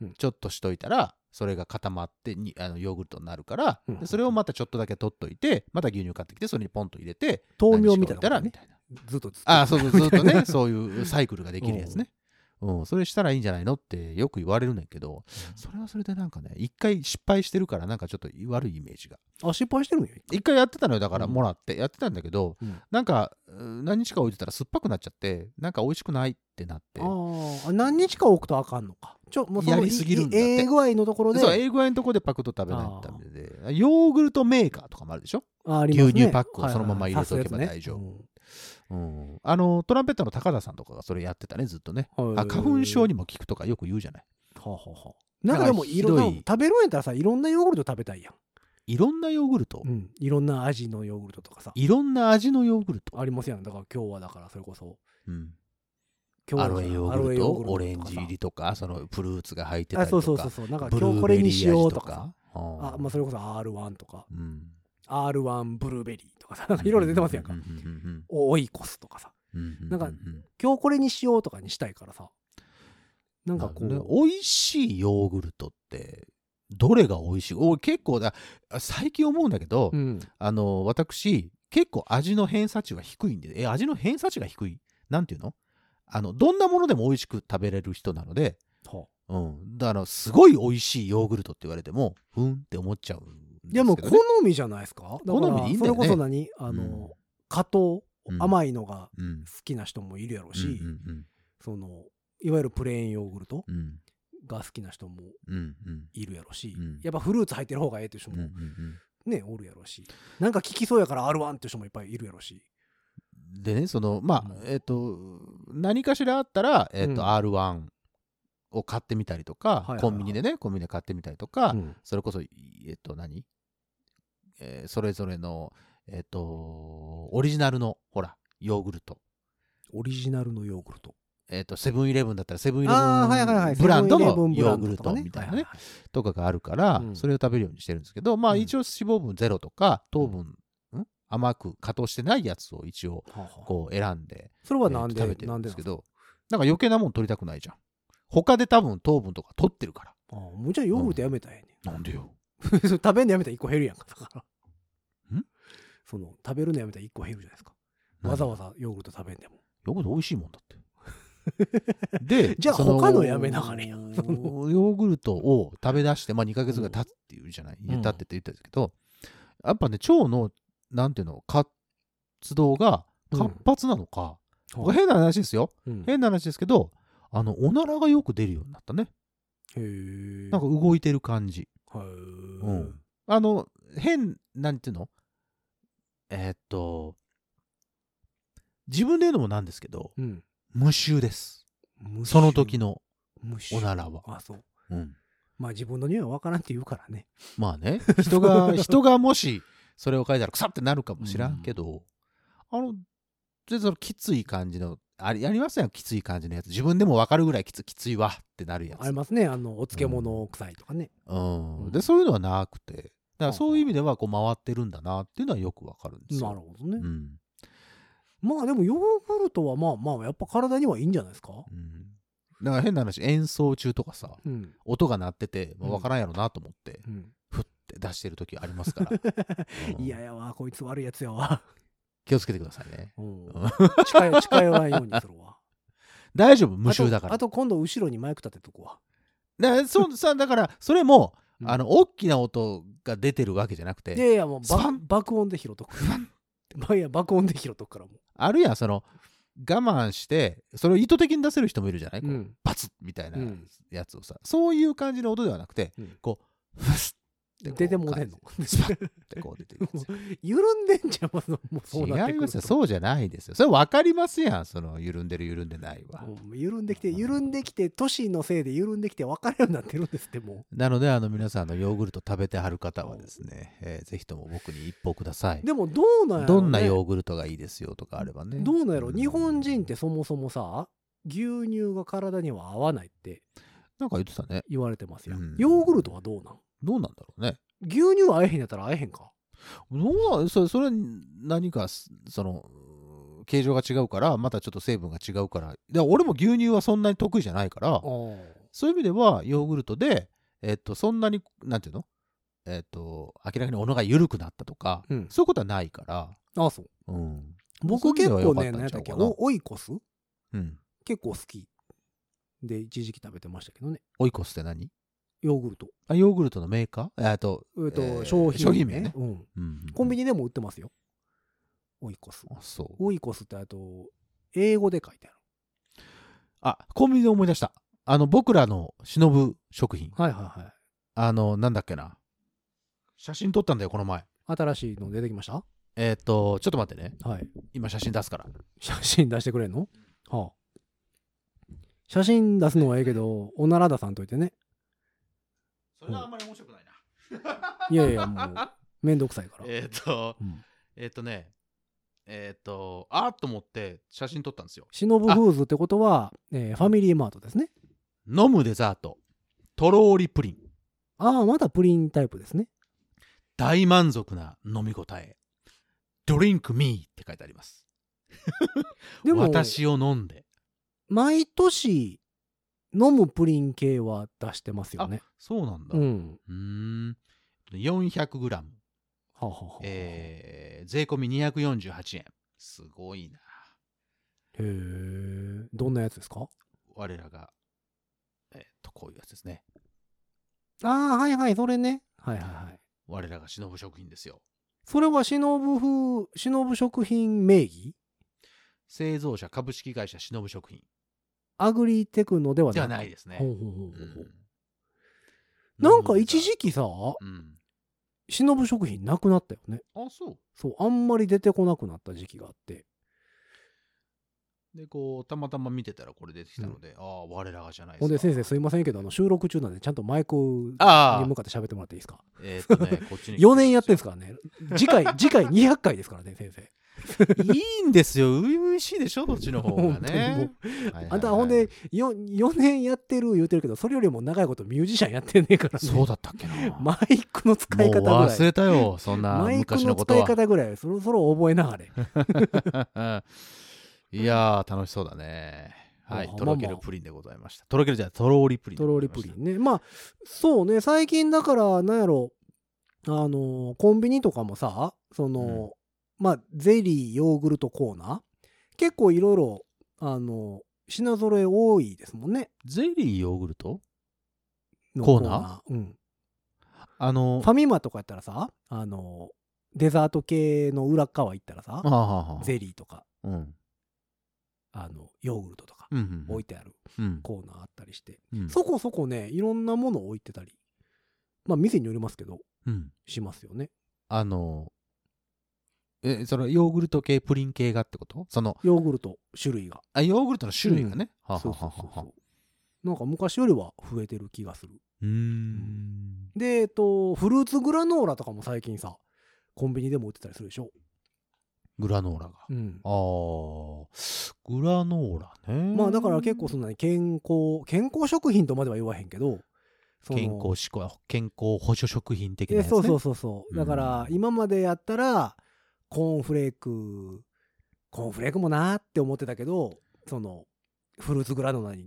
Speaker 2: うん
Speaker 3: ちょっとしといたらそれが固まってにあのヨーグルトになるから
Speaker 2: うん
Speaker 3: でそれをまたちょっとだけ取っといてまた牛乳買ってきてそれにポンと入れて
Speaker 2: 豆苗みたいな
Speaker 3: 何日か置た
Speaker 2: こと
Speaker 3: ら
Speaker 2: ね
Speaker 3: みたいな
Speaker 2: ずっとずっと
Speaker 3: ああそうそうずっとね そういうサイクルができるやつねうんそれしたらいいんじゃないのってよく言われるねんけどそれはそれでなんかね一回失敗してるからなんかちょっと悪いイメージが
Speaker 2: あ失敗してるんよ
Speaker 3: 一回やってたのよだから
Speaker 2: うん
Speaker 3: もらってやってたんだけど
Speaker 2: うん
Speaker 3: なんかうん何日か置いてたら酸っぱくなっちゃってなんか美味しくないってなって
Speaker 2: あーあ何日か置くとあかんのかちょもうその
Speaker 3: やりすぎるんだって
Speaker 2: ええ具合のところで
Speaker 3: そう、英語屋のとこでパクッと食べないとダメで、ヨーグルトメーカーとかもあるでしょ、
Speaker 2: あありますね
Speaker 3: 牛乳パックをそのまま入れとけば
Speaker 2: はいはいはい
Speaker 3: 大丈夫
Speaker 2: 刺すや
Speaker 3: うん、あの、トランペッターの高田さんとかがそれやってたね、ずっとね。
Speaker 2: つねうん
Speaker 3: あ花粉症
Speaker 2: に。
Speaker 3: にも効くとかよく言うじゃない。
Speaker 2: はあはあはあなんかでもいろんな
Speaker 3: だからひどい
Speaker 2: 食べるんやったらさいろんなヨーグルト食べたいやん、
Speaker 3: いろんなヨーグルト、
Speaker 2: うん、いろんな味のヨーグルトとかさ
Speaker 3: いろんな味のヨーグルト、
Speaker 2: ありますやんだから今日はだからそれこそ
Speaker 3: うん
Speaker 2: 今
Speaker 3: ア
Speaker 2: 日は
Speaker 3: ロエヨーグルト、オレンジ入
Speaker 2: り
Speaker 3: りとか、そのフルーツが入ってた
Speaker 2: あ
Speaker 3: り
Speaker 2: そ
Speaker 3: と
Speaker 2: うそうそうそう
Speaker 3: か、
Speaker 2: なんか
Speaker 3: ブル
Speaker 2: 今日
Speaker 3: ー
Speaker 2: こ
Speaker 3: ベ
Speaker 2: れ
Speaker 3: リ
Speaker 2: にし
Speaker 3: ー
Speaker 2: よ
Speaker 3: 味
Speaker 2: う
Speaker 3: と
Speaker 2: とか
Speaker 3: か。うん
Speaker 2: さあ、まあ、それこそ R1 とか
Speaker 3: うん、
Speaker 2: R1 ブルーベリーとかさなんかいろいろ出てますやんか、
Speaker 3: ううん
Speaker 2: おオイコスとかさ
Speaker 3: うんうんうん
Speaker 2: なんか
Speaker 3: うう
Speaker 2: 今日これにしようとかにしたいからさなんかこう、
Speaker 3: なるほどね美味しいヨーグルトってどれが美味しい俺結構だあ最近思うんだけど、
Speaker 2: うん、
Speaker 3: あの私結構味の偏差値が低いんでえ味の偏差値が低いなんていうのあのどんなものでも美味しく食べれる人なので、
Speaker 2: はあ
Speaker 3: うん、だからすごい美味しいヨーグルトって言われてもふんって思っちゃうんですけどね、
Speaker 2: いやもう好みじゃないですかだから
Speaker 3: 好みでいいんだよね
Speaker 2: それこそ何あの、
Speaker 3: うん
Speaker 2: 加糖
Speaker 3: うん
Speaker 2: 甘いのが
Speaker 3: うん
Speaker 2: 好きな人もいるやろうし、
Speaker 3: うんうん
Speaker 2: そのいわゆるプレーンヨーグルト
Speaker 3: うんうん
Speaker 2: が好きな人も
Speaker 3: うんうん
Speaker 2: いるやろうし、
Speaker 3: うん
Speaker 2: やっぱフルーツ入ってる方がええっていう人
Speaker 3: うんうん
Speaker 2: も
Speaker 3: うん
Speaker 2: ね、おるやろうしなんか効きそうやから R1 っていう人もいっぱいいるやろうし
Speaker 3: でねそのまあ
Speaker 2: うん
Speaker 3: えっ、と何かしらあったら、えっと
Speaker 2: うん
Speaker 3: R1 を買ってみたりとか、
Speaker 2: いはいはい
Speaker 3: コンビニでねコンビニで買ってみたりとか、
Speaker 2: うん
Speaker 3: それこそいえっ、と何、えーそれぞれのえっ、とオリジナルのほらヨーグルト
Speaker 2: オリジナルのヨーグルト
Speaker 3: えっ、とセブンイレブンだったらセブンイレ
Speaker 2: あーはいはい
Speaker 3: ブ
Speaker 2: は
Speaker 3: ン
Speaker 2: い
Speaker 3: ブランドの
Speaker 2: セ
Speaker 3: ヨ
Speaker 2: ブンイレブンブラ
Speaker 3: ー
Speaker 2: ン
Speaker 3: グル
Speaker 2: ドとか
Speaker 3: ト
Speaker 2: ね
Speaker 3: みたいな
Speaker 2: はい
Speaker 3: ね
Speaker 2: は
Speaker 3: とかがあるから、
Speaker 2: うん
Speaker 3: それを食べるようにしてるんですけどまあ
Speaker 2: うん
Speaker 3: 一応脂肪分ゼロとか糖分、ん、甘く加糖してないやつを一応
Speaker 2: はあはあ
Speaker 3: こう選んで
Speaker 2: それはなんで、
Speaker 3: えーと食べてる
Speaker 2: なんんで
Speaker 3: で
Speaker 2: な
Speaker 3: す
Speaker 2: んで
Speaker 3: け
Speaker 2: すか
Speaker 3: どなんか余計なもん取りたくないじゃん他で多分糖分とか取ってるか
Speaker 2: ああもうじゃあヨーグルトやめたらええね、
Speaker 3: らなんでよ
Speaker 2: ん、それ 食べんのやめたら1個減るやんかだから
Speaker 3: ん
Speaker 2: その食べるのやめたら1個減るじゃないですかわざわざヨーグルト食べんでも
Speaker 3: ヨーグルト美味しいもんだってで
Speaker 2: じゃあ
Speaker 3: そ
Speaker 2: 他のやめながらやん
Speaker 3: ヨーグルトを食べ出して、まあ、2ヶ月ぐらい経つっていうじゃない、
Speaker 2: うん
Speaker 3: 経ってって言ったんですけどやっぱね腸のなんていうの活動が活発なのか、僕変な話ですよ
Speaker 2: うん
Speaker 3: 変な話ですけどあのおならがよく出るようになったね
Speaker 2: へえ
Speaker 3: なんか動いてる感じ
Speaker 2: はい、
Speaker 3: んあの、変、なんていうのえーっと、自分で言うのもなんですけど、
Speaker 2: うん、
Speaker 3: 無臭です。
Speaker 2: 無臭
Speaker 3: その時の
Speaker 2: 無臭
Speaker 3: おならは。
Speaker 2: あそう
Speaker 3: うん、
Speaker 2: まあ自分の匂いは分からんって言うからね
Speaker 3: ま あね、人が、人がもしそれを嗅いだら、くさってなるかもしらんけど、あの、全然そのきつい感じの、ありありますやん、きつい感じのやつ。自分でも分かるぐらいきつきついわってなるやつ。
Speaker 2: ありますねあのお漬物臭いとかね、
Speaker 3: う、
Speaker 2: うんん
Speaker 3: でそういうのはなくてだからそういう意味ではこう回ってるんだなっていうのはよくわかるんですよ。
Speaker 2: なるほどね、
Speaker 3: うん
Speaker 2: まあでもヨーグルトはまあまあやっぱ体にはいいんじゃないですか
Speaker 3: うん、だから変な話演奏中とかさ
Speaker 2: うん、
Speaker 3: 音が鳴ってて、まあ、
Speaker 2: うん
Speaker 3: 分からんやろなと思って、
Speaker 2: うん、
Speaker 3: ふって出してる時あります から、うん
Speaker 2: いややわこいつ悪いやつや わ、
Speaker 3: 気をつけてくださいね
Speaker 2: うん
Speaker 3: うん、
Speaker 2: 近寄近寄らんようにするわ
Speaker 3: 大丈夫 無臭だから
Speaker 2: あとあと今度後ろにマイク立てとくわ、
Speaker 3: だからそうさだからそれも、
Speaker 2: うん
Speaker 3: あの大きな音が出てるわけじゃなく
Speaker 2: いや
Speaker 3: て
Speaker 2: いやもう
Speaker 3: スパ
Speaker 2: ば
Speaker 3: ン
Speaker 2: 爆音で拾っとくまあいや爆音で拾っとくからも
Speaker 3: あるいはその我慢してそれを意図的に出せる人もいるじゃない、
Speaker 2: う、
Speaker 3: こうバツッみたいな
Speaker 2: うん
Speaker 3: やつをさ、そういう感じの音ではなくて、
Speaker 2: うん
Speaker 3: こうフスッてこう
Speaker 2: 出てもうてんの
Speaker 3: 感じでスパッてこう出てるやつ
Speaker 2: 緩んでんじゃんまずもうそうなって
Speaker 3: 違い
Speaker 2: く
Speaker 3: ま
Speaker 2: る
Speaker 3: すよ
Speaker 2: と
Speaker 3: そうじゃないですよそれ分かりますやんその緩んでる緩んでないは、
Speaker 2: うん緩んできて緩んできて都市のせいで緩んできて分かるようになってるんですっても
Speaker 3: なのであの皆さんあのヨーグルト食べてはる方はですね、えーぜひとも僕に一歩くださいう
Speaker 2: でもどうなんやろ、ね、
Speaker 3: どんなヨーグルトがいいですよとかあればね
Speaker 2: どうなんやろ
Speaker 3: ん
Speaker 2: 日本人ってそもそもさ牛乳が体には合わないって
Speaker 3: なんか言ってたね
Speaker 2: 言われてますよ、
Speaker 3: うん
Speaker 2: ヨーグルトはどうなん
Speaker 3: どうなんだろうね
Speaker 2: 牛乳合えへんやったら合えへんか
Speaker 3: どうなんそれそれ何かすそのうん形状が違うからまたちょっと成分が違うからで俺も牛乳はそんなに得意じゃないからそういう意味ではヨーグルトで、えっとそんなになんていうの、えっと明らかにお腹が緩くなったとか、
Speaker 2: うん
Speaker 3: そういうことはないから、
Speaker 2: あそう
Speaker 3: うん
Speaker 2: 僕結構ね
Speaker 3: そういう意味では良かったん
Speaker 2: 何やったっ
Speaker 3: ち
Speaker 2: け
Speaker 3: ゃうかな
Speaker 2: おオイコス
Speaker 3: うん、
Speaker 2: 結構好きで一時期食べてましたけどね
Speaker 3: オイコスって何
Speaker 2: ヨーグルト
Speaker 3: あヨーグルトのメーカーえっと,、
Speaker 2: えっと、
Speaker 3: えー
Speaker 2: 商品
Speaker 3: 商品名ね
Speaker 2: うん、
Speaker 3: うん、
Speaker 2: コンビ
Speaker 3: ニ
Speaker 2: ニでも売ってますよオイコス
Speaker 3: あそう
Speaker 2: オイコスってあと英語で書いてある
Speaker 3: あコンビニで思い出したあの僕らの忍ぶ食品
Speaker 2: はいはいはい
Speaker 3: あのなんだっけな写真撮ったんだよこの前
Speaker 2: 新しいの出てきました
Speaker 3: えっ、とちょっと待ってね
Speaker 2: はい
Speaker 3: 今写真出すから
Speaker 2: 写真出してくれんのはあ写真出すのはええけどおなら出さんとい てね
Speaker 3: そ
Speaker 2: れはあん
Speaker 3: まり面白くないない
Speaker 2: やいやもうめんどくさいから、
Speaker 3: えっ、と
Speaker 2: うん
Speaker 3: えっ、とねえっ、とあーっと思って写真撮ったんですよ
Speaker 2: シノブフーズってことは、えーファミリーマートですね
Speaker 3: 飲むデザートとろーりプリン
Speaker 2: ああまだプリンタイプですね
Speaker 3: 大満足な飲み応えドリンクミーって書いてあります
Speaker 2: でも
Speaker 3: 私を飲んで
Speaker 2: 毎年飲むプリン系は出してますよね
Speaker 3: そうなんだ
Speaker 2: う
Speaker 3: うんーん 400g
Speaker 2: はあはあはあ
Speaker 3: えー、税込み248円すごいな
Speaker 2: へえどんなやつですか
Speaker 3: 我らがえっ、とこういうやつですね
Speaker 2: ああはいはいそれねはいはいはい
Speaker 3: 我らが忍ぶ食品ですよ
Speaker 2: それは忍ぶ風忍食品名義
Speaker 3: 製造者株式会社忍ぶ食品
Speaker 2: アグリテクノでは
Speaker 3: じ
Speaker 2: な
Speaker 3: ゃ
Speaker 2: い
Speaker 3: ないですね
Speaker 2: ほうほうほうほうほう
Speaker 3: う
Speaker 2: なんか一時期さ
Speaker 3: うん
Speaker 2: 忍ぶ食品なくなったよね
Speaker 3: あそ
Speaker 2: そうあんまり出てこなくなった時期があって
Speaker 3: うでこうたまたま見てたらこれ出てきたので、ああ我らがじゃないですか
Speaker 2: ほんで先生すいませんけどあの収録中なんでちゃんとマイクに
Speaker 3: ああ
Speaker 2: 向かって喋ってもらっていいですか
Speaker 3: えーっとねこっちに
Speaker 2: 4年やってるんですからね次 回次回200回ですからね先生
Speaker 3: いいんですよ初々しいでしょどっちの方がね
Speaker 2: 本あんたほんで 4, 4年やってる言うてるけどそれよりも長いことミュージシャンやってんねえから、ね、
Speaker 3: そうだったっけな
Speaker 2: マイクの使い方ぐ
Speaker 3: もう忘
Speaker 2: らい
Speaker 3: れたよそんな
Speaker 2: マイク
Speaker 3: 昔
Speaker 2: の
Speaker 3: のこと
Speaker 2: 使い
Speaker 3: は
Speaker 2: 方ぐらいそろそろ覚えながれ
Speaker 3: いやー楽しそうだねはい
Speaker 2: あー
Speaker 3: とろけるプリンでございましたとろけるじゃないとろーりプリンで
Speaker 2: とろ
Speaker 3: ござい
Speaker 2: り
Speaker 3: まし
Speaker 2: プ
Speaker 3: た
Speaker 2: リンねまあそうね最近だからなんやろあのーコンビニとかもさその、まあゼリーヨーグルトコーナー結構いろいろあの品揃え多いですもんね
Speaker 3: ゼリーヨーグルト
Speaker 2: の
Speaker 3: コーナー
Speaker 2: ーうん
Speaker 3: あの
Speaker 2: ファミマとかやったらさあのデザート系の裏っ側行ったらさ
Speaker 3: はあはあはあ
Speaker 2: ゼリーとか
Speaker 3: うん
Speaker 2: あのヨーグルトとか
Speaker 3: うんうん
Speaker 2: 置いてある
Speaker 3: うん
Speaker 2: コーナーあったりして、
Speaker 3: うん
Speaker 2: そこそこねいろんなもの置いてたりまあ店によりますけど
Speaker 3: うん
Speaker 2: しますよね
Speaker 3: あのえそのヨーグルト系プリン系がってことその
Speaker 2: ヨーグルト種類が
Speaker 3: あヨーグルトの種類がね、は
Speaker 2: そ
Speaker 3: は
Speaker 2: う
Speaker 3: は
Speaker 2: そうそ
Speaker 3: は
Speaker 2: う
Speaker 3: は
Speaker 2: そうなんか昔よりは増えてる気がする
Speaker 3: うーん
Speaker 2: でえっとフルーツグラノーラとかも最近さコンビニでも売ってたりするでしょ
Speaker 3: グラノーラが
Speaker 2: うん
Speaker 3: あーグラノーラね
Speaker 2: まあだから結構そんなに健康健康食品とまでは言わへんけどその
Speaker 3: 健康志向健康補助食品的な
Speaker 2: え
Speaker 3: やつ、ね、
Speaker 2: そうそうそうそう
Speaker 3: うん
Speaker 2: だから今までやったらコーンフレークコーンフレークもなーって思ってたけどそのフルーツグラノーラに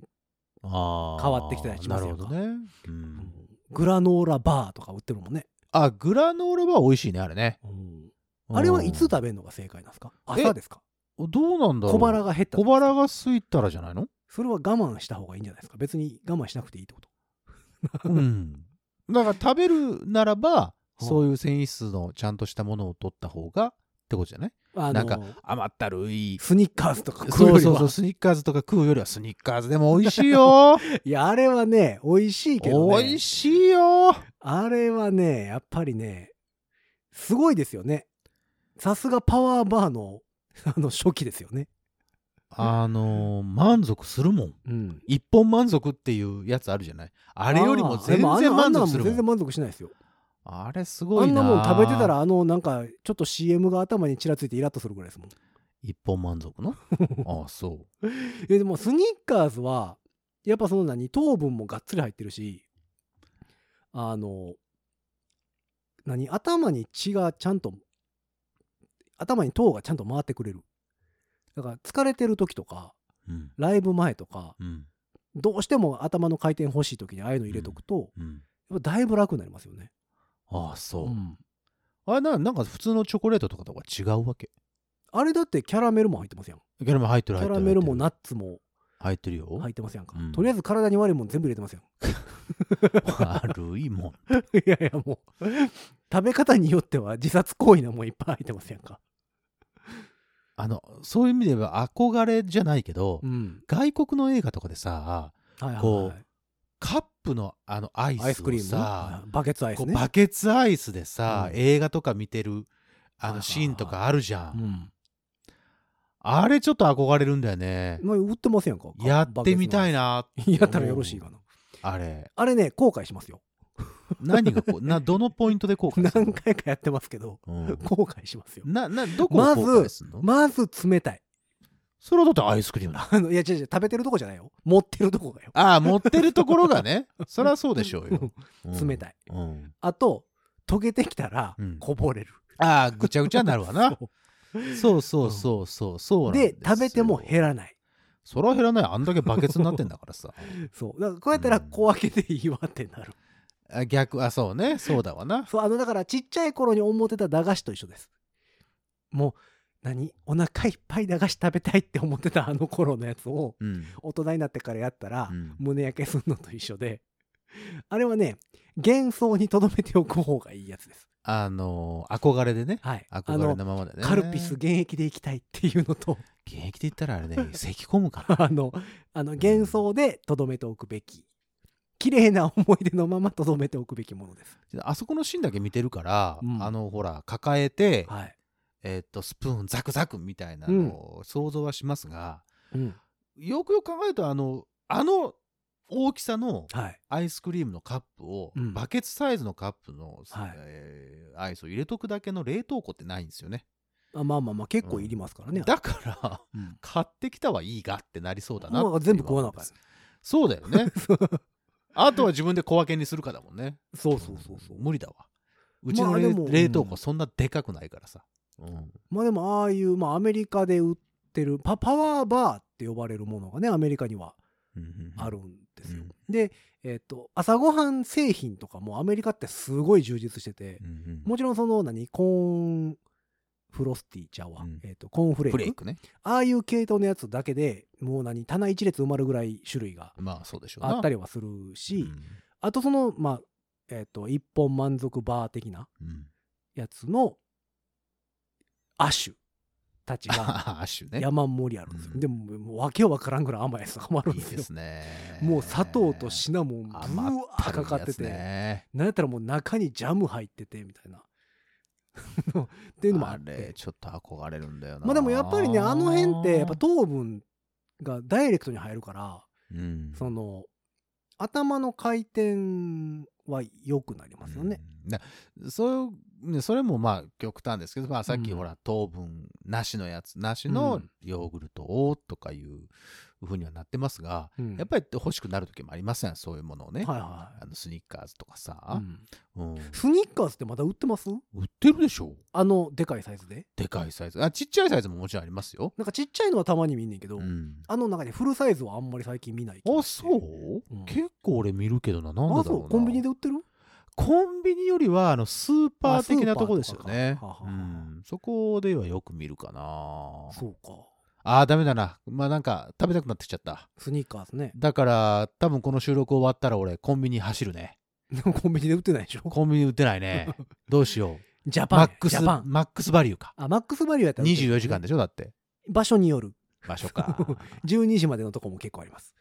Speaker 3: あー
Speaker 2: 変わってきたりしますよ
Speaker 3: なるほどね、うん、
Speaker 2: グラノーラバーとか売ってるもんね、
Speaker 3: あグラノーラは美味しいねあれね
Speaker 2: あれはいつ
Speaker 3: うん
Speaker 2: 食べるのが正解なんですか朝ですか
Speaker 3: どうなんだろう
Speaker 2: 小腹が減った
Speaker 3: 小腹が空いたらじゃないの
Speaker 2: それは我慢した方がいいんじゃないですか別に我慢しなくていいってこと
Speaker 3: うんだから食べるならば
Speaker 2: あ
Speaker 3: そういう繊維質のちゃんとしたものを取った方がってことじゃない
Speaker 2: あの
Speaker 3: なんか甘ったるい
Speaker 2: スニッカーズとか食うよ
Speaker 3: そう
Speaker 2: りは
Speaker 3: そうそうスニッカーズとか食うよりはスニッカーズでも美味しいよ
Speaker 2: いやあれはね美味 しいけど、ね、
Speaker 3: 美味しいよ
Speaker 2: あれはね、やっぱりね、すごいですよね。さすがパワーバーの あの初期ですよね。
Speaker 3: あのー満足するもん
Speaker 2: うん。
Speaker 3: 一本満足っていうやつあるじゃないあ
Speaker 2: あ
Speaker 3: れよりも全然
Speaker 2: ーでもあん
Speaker 3: 満
Speaker 2: なあんな
Speaker 3: 足
Speaker 2: ん
Speaker 3: す
Speaker 2: も全
Speaker 3: るも
Speaker 2: 然
Speaker 3: ん
Speaker 2: 満足しないですよ。
Speaker 3: あれすご
Speaker 2: あ
Speaker 3: い
Speaker 2: んな
Speaker 3: な
Speaker 2: もん食べてたら、あの、なんか、ちょっと CM が頭にちらついてイラッとするぐらいですもん。
Speaker 3: 一本満足 のああそう
Speaker 2: え、でも、スニッカーズは、やっぱその何、糖分もがっつり入ってるし、あの、何、頭に血がちゃんと、頭に糖がちゃんと回ってくれる。だから、疲れてる時とか、
Speaker 3: うん
Speaker 2: ライブ前とか
Speaker 3: うん
Speaker 2: どうしても頭の回転欲しい時にああいうの入れとくと、
Speaker 3: うん
Speaker 2: やっぱだいぶ楽になりますよね、
Speaker 3: ああそう、
Speaker 2: うん
Speaker 3: あれななんか普通のチョコレートとかとは違うわけ
Speaker 2: あれだってキャラメルも入ってますやん
Speaker 3: キャラメル入っ
Speaker 2: キ
Speaker 3: てる入
Speaker 2: ャ
Speaker 3: ってる
Speaker 2: ラメルも
Speaker 3: 入ってる
Speaker 2: ナッツも
Speaker 3: 入ってるよ、
Speaker 2: 入ってますやんか、
Speaker 3: うん
Speaker 2: とりあえず体に悪いもん全部入れてますやん
Speaker 3: 悪いもん
Speaker 2: いやいやもう食べ方によっては自殺行為なもんいっぱい入ってますやんか
Speaker 3: あのそういう意味では憧れじゃないけど、
Speaker 2: うん
Speaker 3: 外国の映画とかでさ
Speaker 2: はいはい
Speaker 3: こ
Speaker 2: は
Speaker 3: カップのあのアイ
Speaker 2: いアイス
Speaker 3: ス
Speaker 2: ク
Speaker 3: を
Speaker 2: リーム
Speaker 3: さ
Speaker 2: はいバケツアイ
Speaker 3: こ
Speaker 2: ス
Speaker 3: う
Speaker 2: ね
Speaker 3: バケツアイスでさ、
Speaker 2: うん
Speaker 3: 映画とか見てるあ
Speaker 2: はいはいは
Speaker 3: の
Speaker 2: い
Speaker 3: シーンとかあるじゃん、
Speaker 2: うん
Speaker 3: あれちょっと憧れるんだよね、
Speaker 2: まあ売ってますやんか
Speaker 3: やってみたい
Speaker 2: な
Speaker 3: なって思う
Speaker 2: やったらよろしいかな
Speaker 3: あれ
Speaker 2: あれね後悔しますよ
Speaker 3: 何がこうなどのポイントで 後悔する
Speaker 2: 何
Speaker 3: の
Speaker 2: 回かやってますけど
Speaker 3: うん
Speaker 2: 後悔しますよ
Speaker 3: ななどこを後悔するの、
Speaker 2: まず冷たい。
Speaker 3: それはだってアイスクリームだ
Speaker 2: あの、いや違う違う、食べてるとこじゃないよ。持ってるとこがよ。
Speaker 3: ああ持ってるところが ねそりゃそうでしょうよ、
Speaker 2: 冷
Speaker 3: い、
Speaker 2: たい。
Speaker 3: うん、
Speaker 2: あと、溶けてきたら
Speaker 3: うん、
Speaker 2: こぼれる。
Speaker 3: ああぐちゃぐちゃになるわな
Speaker 2: そ
Speaker 3: そうそうそうそうそう
Speaker 2: う
Speaker 3: なん
Speaker 2: で
Speaker 3: ですよ
Speaker 2: 食べても減らない。
Speaker 3: そら減らないあんだけバケツになってんだから さ
Speaker 2: そう。だから、こうやったら
Speaker 3: うん
Speaker 2: 小分けでいいわってなる。
Speaker 3: あ逆あそうねそうだわな
Speaker 2: そう、あの、だから、ちっちゃい頃に思ってた駄菓子と一緒です。もう、何お腹いっぱい駄菓子食べたいって思ってたあの頃のやつを、
Speaker 3: うん、
Speaker 2: 大人になってからやったら
Speaker 3: う、ん
Speaker 2: 胸焼けすんのと一緒で、あれはね、幻想に留めておく方がいいやつです。
Speaker 3: あのー憧れでね
Speaker 2: はい。あ
Speaker 3: 憧
Speaker 2: の
Speaker 3: れのままでね
Speaker 2: カルピス現役で行きたいっていうのと
Speaker 3: 現役で言ったらあれ ね咳込むから
Speaker 2: あのあの幻想でとどめておくべき綺麗な思い出のままとどめておくべきものです、
Speaker 3: あそこのシーンだけ見てるから、
Speaker 2: うん
Speaker 3: あのほら抱えて、
Speaker 2: はい
Speaker 3: えーっとスプーンザクザクみたいなのを想像はしますが、
Speaker 2: うん
Speaker 3: よくよく考えるとあのあの大きさの
Speaker 2: はい、
Speaker 3: アイスクリームのカップを、
Speaker 2: うん
Speaker 3: バケツサイズのカップの、
Speaker 2: はい
Speaker 3: えーアイスを入れとくだけの冷凍庫ってないんですよね
Speaker 2: あまあまあまあ結構いりますからね、
Speaker 3: だから
Speaker 2: うん
Speaker 3: 買ってきたはいいがってなりそうだな
Speaker 2: まあ
Speaker 3: ってい
Speaker 2: 全部食わなあかん
Speaker 3: わけですそうだよねあとは自分で小分けにするかだもんね
Speaker 2: そうそうそうそう
Speaker 3: 無理だわうちの
Speaker 2: まあ
Speaker 3: 冷,、
Speaker 2: でも
Speaker 3: 冷凍
Speaker 2: う
Speaker 3: 庫
Speaker 2: ん
Speaker 3: そんなでかくないからさ、うん
Speaker 2: まあでもああいう、まあ、アメリカで売ってるパパワーバーって呼ばれるものがねアメリカにはあるんですよ、
Speaker 3: うん
Speaker 2: でえっ、と朝ごはん製品とかもアメリカってすごい充実してて、
Speaker 3: うんうん
Speaker 2: もちろんその何コーンフロスティーちゃうわ、
Speaker 3: うん
Speaker 2: えっ、とコーンフレー
Speaker 3: フ
Speaker 2: ク
Speaker 3: レークね
Speaker 2: ああいう系統のやつだけでもう何棚一列埋まるぐらい種類が
Speaker 3: まあそうでしょうな
Speaker 2: あった
Speaker 3: り
Speaker 2: りはするし、あとそのまあえっ、と一本満足バー的なやつの亜種たちが
Speaker 3: アッシュ ね
Speaker 2: 山盛りあるんですよ、
Speaker 3: うん
Speaker 2: でももう訳わからんぐらい甘いやつとかもあるん
Speaker 3: いい
Speaker 2: ですよ
Speaker 3: ですね
Speaker 2: もう砂糖とシナモンぶわ
Speaker 3: 甘
Speaker 2: ー
Speaker 3: っ
Speaker 2: か
Speaker 3: たるい
Speaker 2: かっ
Speaker 3: や
Speaker 2: て
Speaker 3: つ
Speaker 2: て、
Speaker 3: ね
Speaker 2: なんやったらもう中にジャム入っててみたいな っていうのもあ
Speaker 3: あ
Speaker 2: って
Speaker 3: れちょっと憧れるんだよな
Speaker 2: まあでもやっぱりねあの辺ってやっぱ糖分がダイレクトに入るから
Speaker 3: うん
Speaker 2: その頭の回転は良くなりますよね。
Speaker 3: うん。だそういうねそれもまあ極端ですけど、まあ、さっき
Speaker 2: うん
Speaker 3: ほら、糖分なしのやつなし
Speaker 2: う
Speaker 3: の
Speaker 2: ん
Speaker 3: ヨーグルトをとかいうふうにはなってますが、
Speaker 2: うん
Speaker 3: やっぱり欲しくなる時もありますやんそういうものをね、
Speaker 2: はいはい
Speaker 3: あのスニッカーズとか
Speaker 2: う
Speaker 3: さ、
Speaker 2: ん
Speaker 3: うん
Speaker 2: スニッカーズってまだ売ってます
Speaker 3: 売ってるでしょ
Speaker 2: あのでかいサイズで
Speaker 3: でかいサイズあちっちゃいサイズももちろんありますよ、
Speaker 2: なんかちっちゃいのはたまに見んねんけど、
Speaker 3: うん
Speaker 2: あの中にフルサイズはあんまり最近見ない気
Speaker 3: あ
Speaker 2: がして
Speaker 3: そう、
Speaker 2: うん
Speaker 3: 結構俺見るけどななん
Speaker 2: あ
Speaker 3: でだ
Speaker 2: そ
Speaker 3: ろうな
Speaker 2: うコンビニで売ってる
Speaker 3: コンビニよりはあのスーパー的なとこですよ
Speaker 2: あス
Speaker 3: ね
Speaker 2: ーパーとかかははは
Speaker 3: うんそこではよく見るかな
Speaker 2: そうか
Speaker 3: あーダメだなまあなんか食べたくなってきちゃった
Speaker 2: スニッカーズね
Speaker 3: だから多分この収録終わったら俺コンビニ走るね
Speaker 2: でもコンビニで売ってないでし ょ
Speaker 3: コンビニ売ってな いねどうしよう
Speaker 2: ジャパン
Speaker 3: マ
Speaker 2: や
Speaker 3: ックス
Speaker 2: ジャパン
Speaker 3: マックスバリューか
Speaker 2: あマックスバリューやったら売ってる
Speaker 3: 24時間でしょだって
Speaker 2: 場所による
Speaker 3: 場所 か
Speaker 2: 12時までのとこも結構あります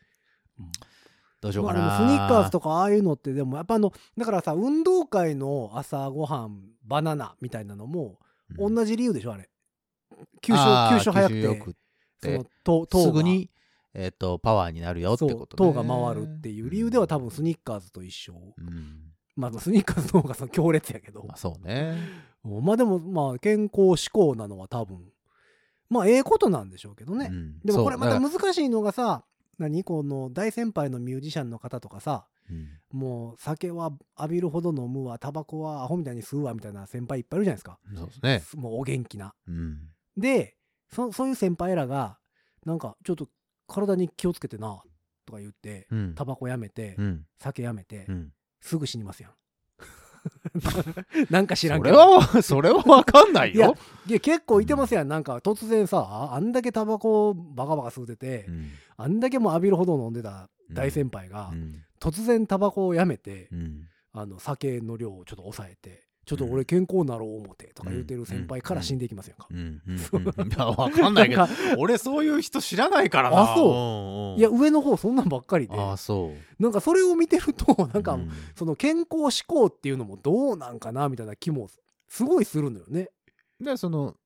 Speaker 3: どうしよう
Speaker 2: ま
Speaker 3: か
Speaker 2: あ
Speaker 3: な、
Speaker 2: でもスニッカーズとかああいうのってでもやっぱあのだからさ運動会の朝ごはんバナナみたいなのも
Speaker 3: うん
Speaker 2: 同じ理由でしょあれ急
Speaker 3: あー
Speaker 2: 所急所早
Speaker 3: 急所よ
Speaker 2: くて
Speaker 3: く
Speaker 2: そ
Speaker 3: て
Speaker 2: の糖糖が
Speaker 3: すぐに、えっとパワーになるよって
Speaker 2: そう
Speaker 3: こと
Speaker 2: 糖
Speaker 3: ね
Speaker 2: が回るっていう理由では多分スニッカーズと一緒
Speaker 3: うん
Speaker 2: まあスニッカーズの方がその強烈やけど
Speaker 3: まあ、そうね
Speaker 2: まあでもまあ健康志向なのは多分まあええことなんでしょうけどね、
Speaker 3: うん
Speaker 2: でもこれ
Speaker 3: そう
Speaker 2: ま
Speaker 3: だ
Speaker 2: た
Speaker 3: から
Speaker 2: 難しいのがさ何この大先輩のミュージシャンの方とかさ
Speaker 3: うん
Speaker 2: もう酒は浴びるほど飲むわタバコはアホみたいに吸うわみたいな先輩いっぱいいるじゃないですか、
Speaker 3: そうですね
Speaker 2: もうお元気な
Speaker 3: うん
Speaker 2: でそそういう先輩らがなんかちょっと体に気をつけてなとか言って
Speaker 3: うん
Speaker 2: タバコやめて、
Speaker 3: うん
Speaker 2: 酒やめて、
Speaker 3: うん
Speaker 2: すぐ死にますやん なんか知らん
Speaker 3: そ
Speaker 2: け
Speaker 3: れ
Speaker 2: ど
Speaker 3: は それは分かんない
Speaker 2: いや
Speaker 3: よ、
Speaker 2: いや結構いてますやんなんか突然さあんだけタバコをバカバカ吸うてて、
Speaker 3: うん
Speaker 2: あんだけもう浴びるほど飲んでた大先輩が、
Speaker 3: うん
Speaker 2: 突然タバコをやめて、
Speaker 3: うん
Speaker 2: あの酒の量をちょっと抑えてちょっと俺健康なろう思てとか言うてる先輩から死んでいきますやんか、
Speaker 3: うんうんうんいや分かんないけ
Speaker 2: な
Speaker 3: ど
Speaker 2: んか
Speaker 3: 俺そういう人知らないからな
Speaker 2: あそう
Speaker 3: うんうん
Speaker 2: いや上の方そんなんばっかりで
Speaker 3: ああそう
Speaker 2: なんかそれを見てると なんか、
Speaker 3: うん
Speaker 2: その健康志向っていうのもどうなんかなみたいな気もすごいするのよね
Speaker 3: でその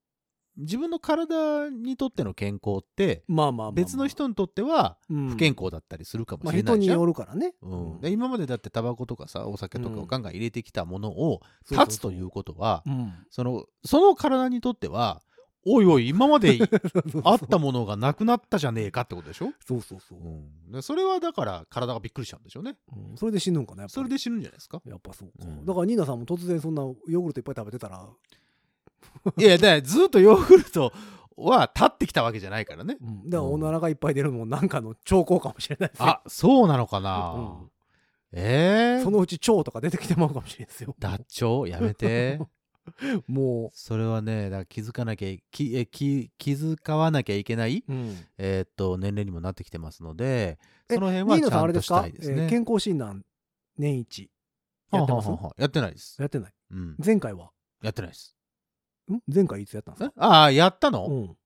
Speaker 3: 自分の体にとっての健康って
Speaker 2: まあまあまあまあ
Speaker 3: 別の、人にとっては
Speaker 2: うん
Speaker 3: 不健康だったりするかも
Speaker 2: まあ、
Speaker 3: しれな
Speaker 2: 人
Speaker 3: い
Speaker 2: に
Speaker 3: じゃん、
Speaker 2: よるからね、
Speaker 3: うん、で今までだってタバコとかさお酒とか
Speaker 2: う
Speaker 3: を
Speaker 2: ん
Speaker 3: ガンガン入れてきたものを
Speaker 2: そうそう
Speaker 3: 断つということは
Speaker 2: うん
Speaker 3: そのその体にとってはおいおい今 まであったものがなくなったじゃねえかってことでしょ、
Speaker 2: そうそうそう、
Speaker 3: うん、でそれはだから体がびっくりしちゃうんでしょうね
Speaker 2: うんそれで死ぬんかなやっぱり
Speaker 3: それで死ぬんじゃないですか
Speaker 2: やっぱそうか、
Speaker 3: うん
Speaker 2: だからニーナさんも突然そんなヨーグルトいっぱい食べてたら
Speaker 3: いやだからずっとヨーグルトは立ってきたわけじゃないからね
Speaker 2: うん、だからお
Speaker 3: うん
Speaker 2: ならがいっぱい出るのもなんかの兆候かもしれないですよ
Speaker 3: あそうなのかな、
Speaker 2: うん
Speaker 3: ええ
Speaker 2: そのうち腸とか出てきてまうかもしれないです よ。
Speaker 3: 脱腸やめて
Speaker 2: も、
Speaker 3: それはねだから気づかなきゃいきえき気遣わなきゃいけないう
Speaker 2: うん、
Speaker 3: えーっと年齢にもなってきてますので
Speaker 2: え
Speaker 3: その辺
Speaker 2: ニー
Speaker 3: は
Speaker 2: ナ
Speaker 3: ち
Speaker 2: さん
Speaker 3: ゃ
Speaker 2: あれ
Speaker 3: ん
Speaker 2: で
Speaker 3: と
Speaker 2: す
Speaker 3: した
Speaker 2: か
Speaker 3: い、です
Speaker 2: えー
Speaker 3: ね
Speaker 2: 健康診断年一やってます
Speaker 3: はあはあはあやってないです、
Speaker 2: やってない
Speaker 3: うん、
Speaker 2: 前回は
Speaker 3: やってないです
Speaker 2: ん前回いつやったんです
Speaker 3: え
Speaker 2: か
Speaker 3: ああやったの、
Speaker 2: うん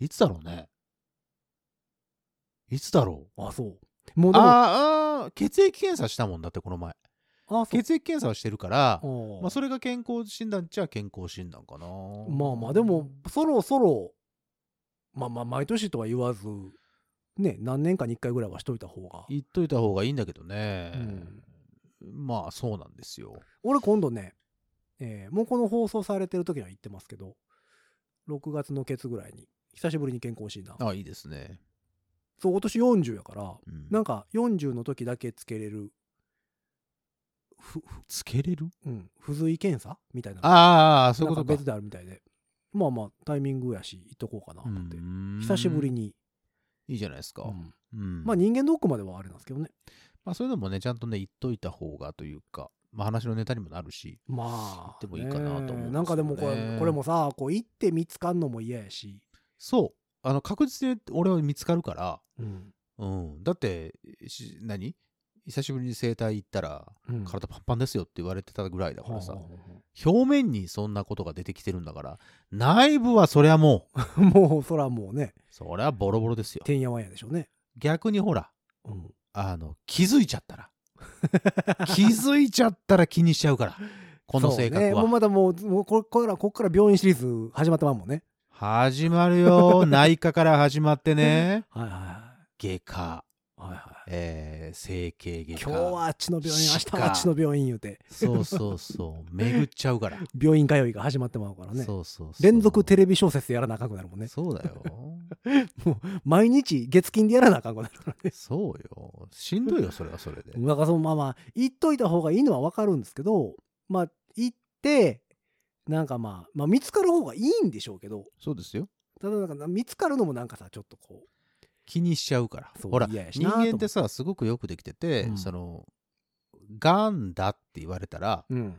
Speaker 3: いつだろうねいつだろ
Speaker 2: あそうもう
Speaker 3: う
Speaker 2: でもあ
Speaker 3: あーあー血液検査したもんだってこの前
Speaker 2: そう
Speaker 3: 血液検査をしてるから
Speaker 2: あ
Speaker 3: まあ、そ
Speaker 2: れ
Speaker 3: れが健康診断っちゃ健康診断かな
Speaker 2: まあまあでもそろそろまあまあ毎年とは言わずね何年かに1回ぐらいはしといた方が
Speaker 3: 言っといた方がいいんだけどね、
Speaker 2: うん
Speaker 3: まあそうなんですよ
Speaker 2: 俺今度ね、えーもうこの放送されてる時には行ってますけど6月のケツぐらいに久しぶりに健康診断
Speaker 3: あいいですね、
Speaker 2: そう今年40やから
Speaker 3: うん
Speaker 2: なんか40の時だけつけれる、ふふ
Speaker 3: つけれる
Speaker 2: うん、付随検査みたいなの
Speaker 3: ああそういうこ
Speaker 2: なん
Speaker 3: とか
Speaker 2: か別であるみたいでまあまあタイミングやし行っとこうかなと思って
Speaker 3: うん
Speaker 2: 久しぶりに、
Speaker 3: いいじゃないですか、
Speaker 2: うん
Speaker 3: うん
Speaker 2: まあ人間ドックまではあれなんですけどね
Speaker 3: まあ、そういうのもねちゃんとね言っといた方がというか、まあ、話のネタにもなるし
Speaker 2: まあ
Speaker 3: 行ってもいいかなと思うんですよね
Speaker 2: ねなんかでもこれこれもさこう行って見つかんのも嫌やし、
Speaker 3: そうあの確実に俺は見つかるから、
Speaker 2: うん
Speaker 3: うん、だってし何久しぶりに整体行ったら
Speaker 2: うん
Speaker 3: 体パンパンですよって言われてたぐらいだか
Speaker 2: は
Speaker 3: ら
Speaker 2: あ
Speaker 3: さ、
Speaker 2: は
Speaker 3: 表面にそんなことが出てきてるんだから内部はそりゃも
Speaker 2: あ
Speaker 3: う
Speaker 2: はあ もうそらもうね
Speaker 3: そりゃボロボロですよ
Speaker 2: てんやわんやでしょうね、
Speaker 3: 逆にほら
Speaker 2: うん、
Speaker 3: あの気づいちゃったら気づいちゃったら気にしちゃうからこの性格
Speaker 2: そうね
Speaker 3: は、
Speaker 2: もうまだもうもうこれこれからこっから病院シリーズ始まったまんもんね
Speaker 3: 始まるよ内科から始まってね
Speaker 2: はいはいは
Speaker 3: 外科、
Speaker 2: いはいは
Speaker 3: えー、整形
Speaker 2: い
Speaker 3: 外科
Speaker 2: 今日はあっちの病院明
Speaker 3: 歯
Speaker 2: 日
Speaker 3: 科
Speaker 2: はあっちの病院言うて
Speaker 3: そうそうそう巡っちゃうから、
Speaker 2: 病院通いが始まってまうからね
Speaker 3: そうそうそう
Speaker 2: 連続テレビ小説やらなあかんくなるもんね
Speaker 3: そうだよ
Speaker 2: 毎日月金でやらなあかんくなるからね
Speaker 3: そうよしんどいよそれはそれで
Speaker 2: だからそのまあまあ言っといた方がいいのはわかるんですけどまあ行ってなんかまあ、まあ、見つかる方がいいんでしょうけど
Speaker 3: そうですよ
Speaker 2: ただなんか見つかるのもなんかさちょっとこ
Speaker 3: 気にしちゃうから
Speaker 2: そう
Speaker 3: ほら
Speaker 2: 嫌やし
Speaker 3: 人
Speaker 2: なと思って
Speaker 3: 間ってさすごくよくできてて、
Speaker 2: うん
Speaker 3: そのがんだって言われたら
Speaker 2: う、うん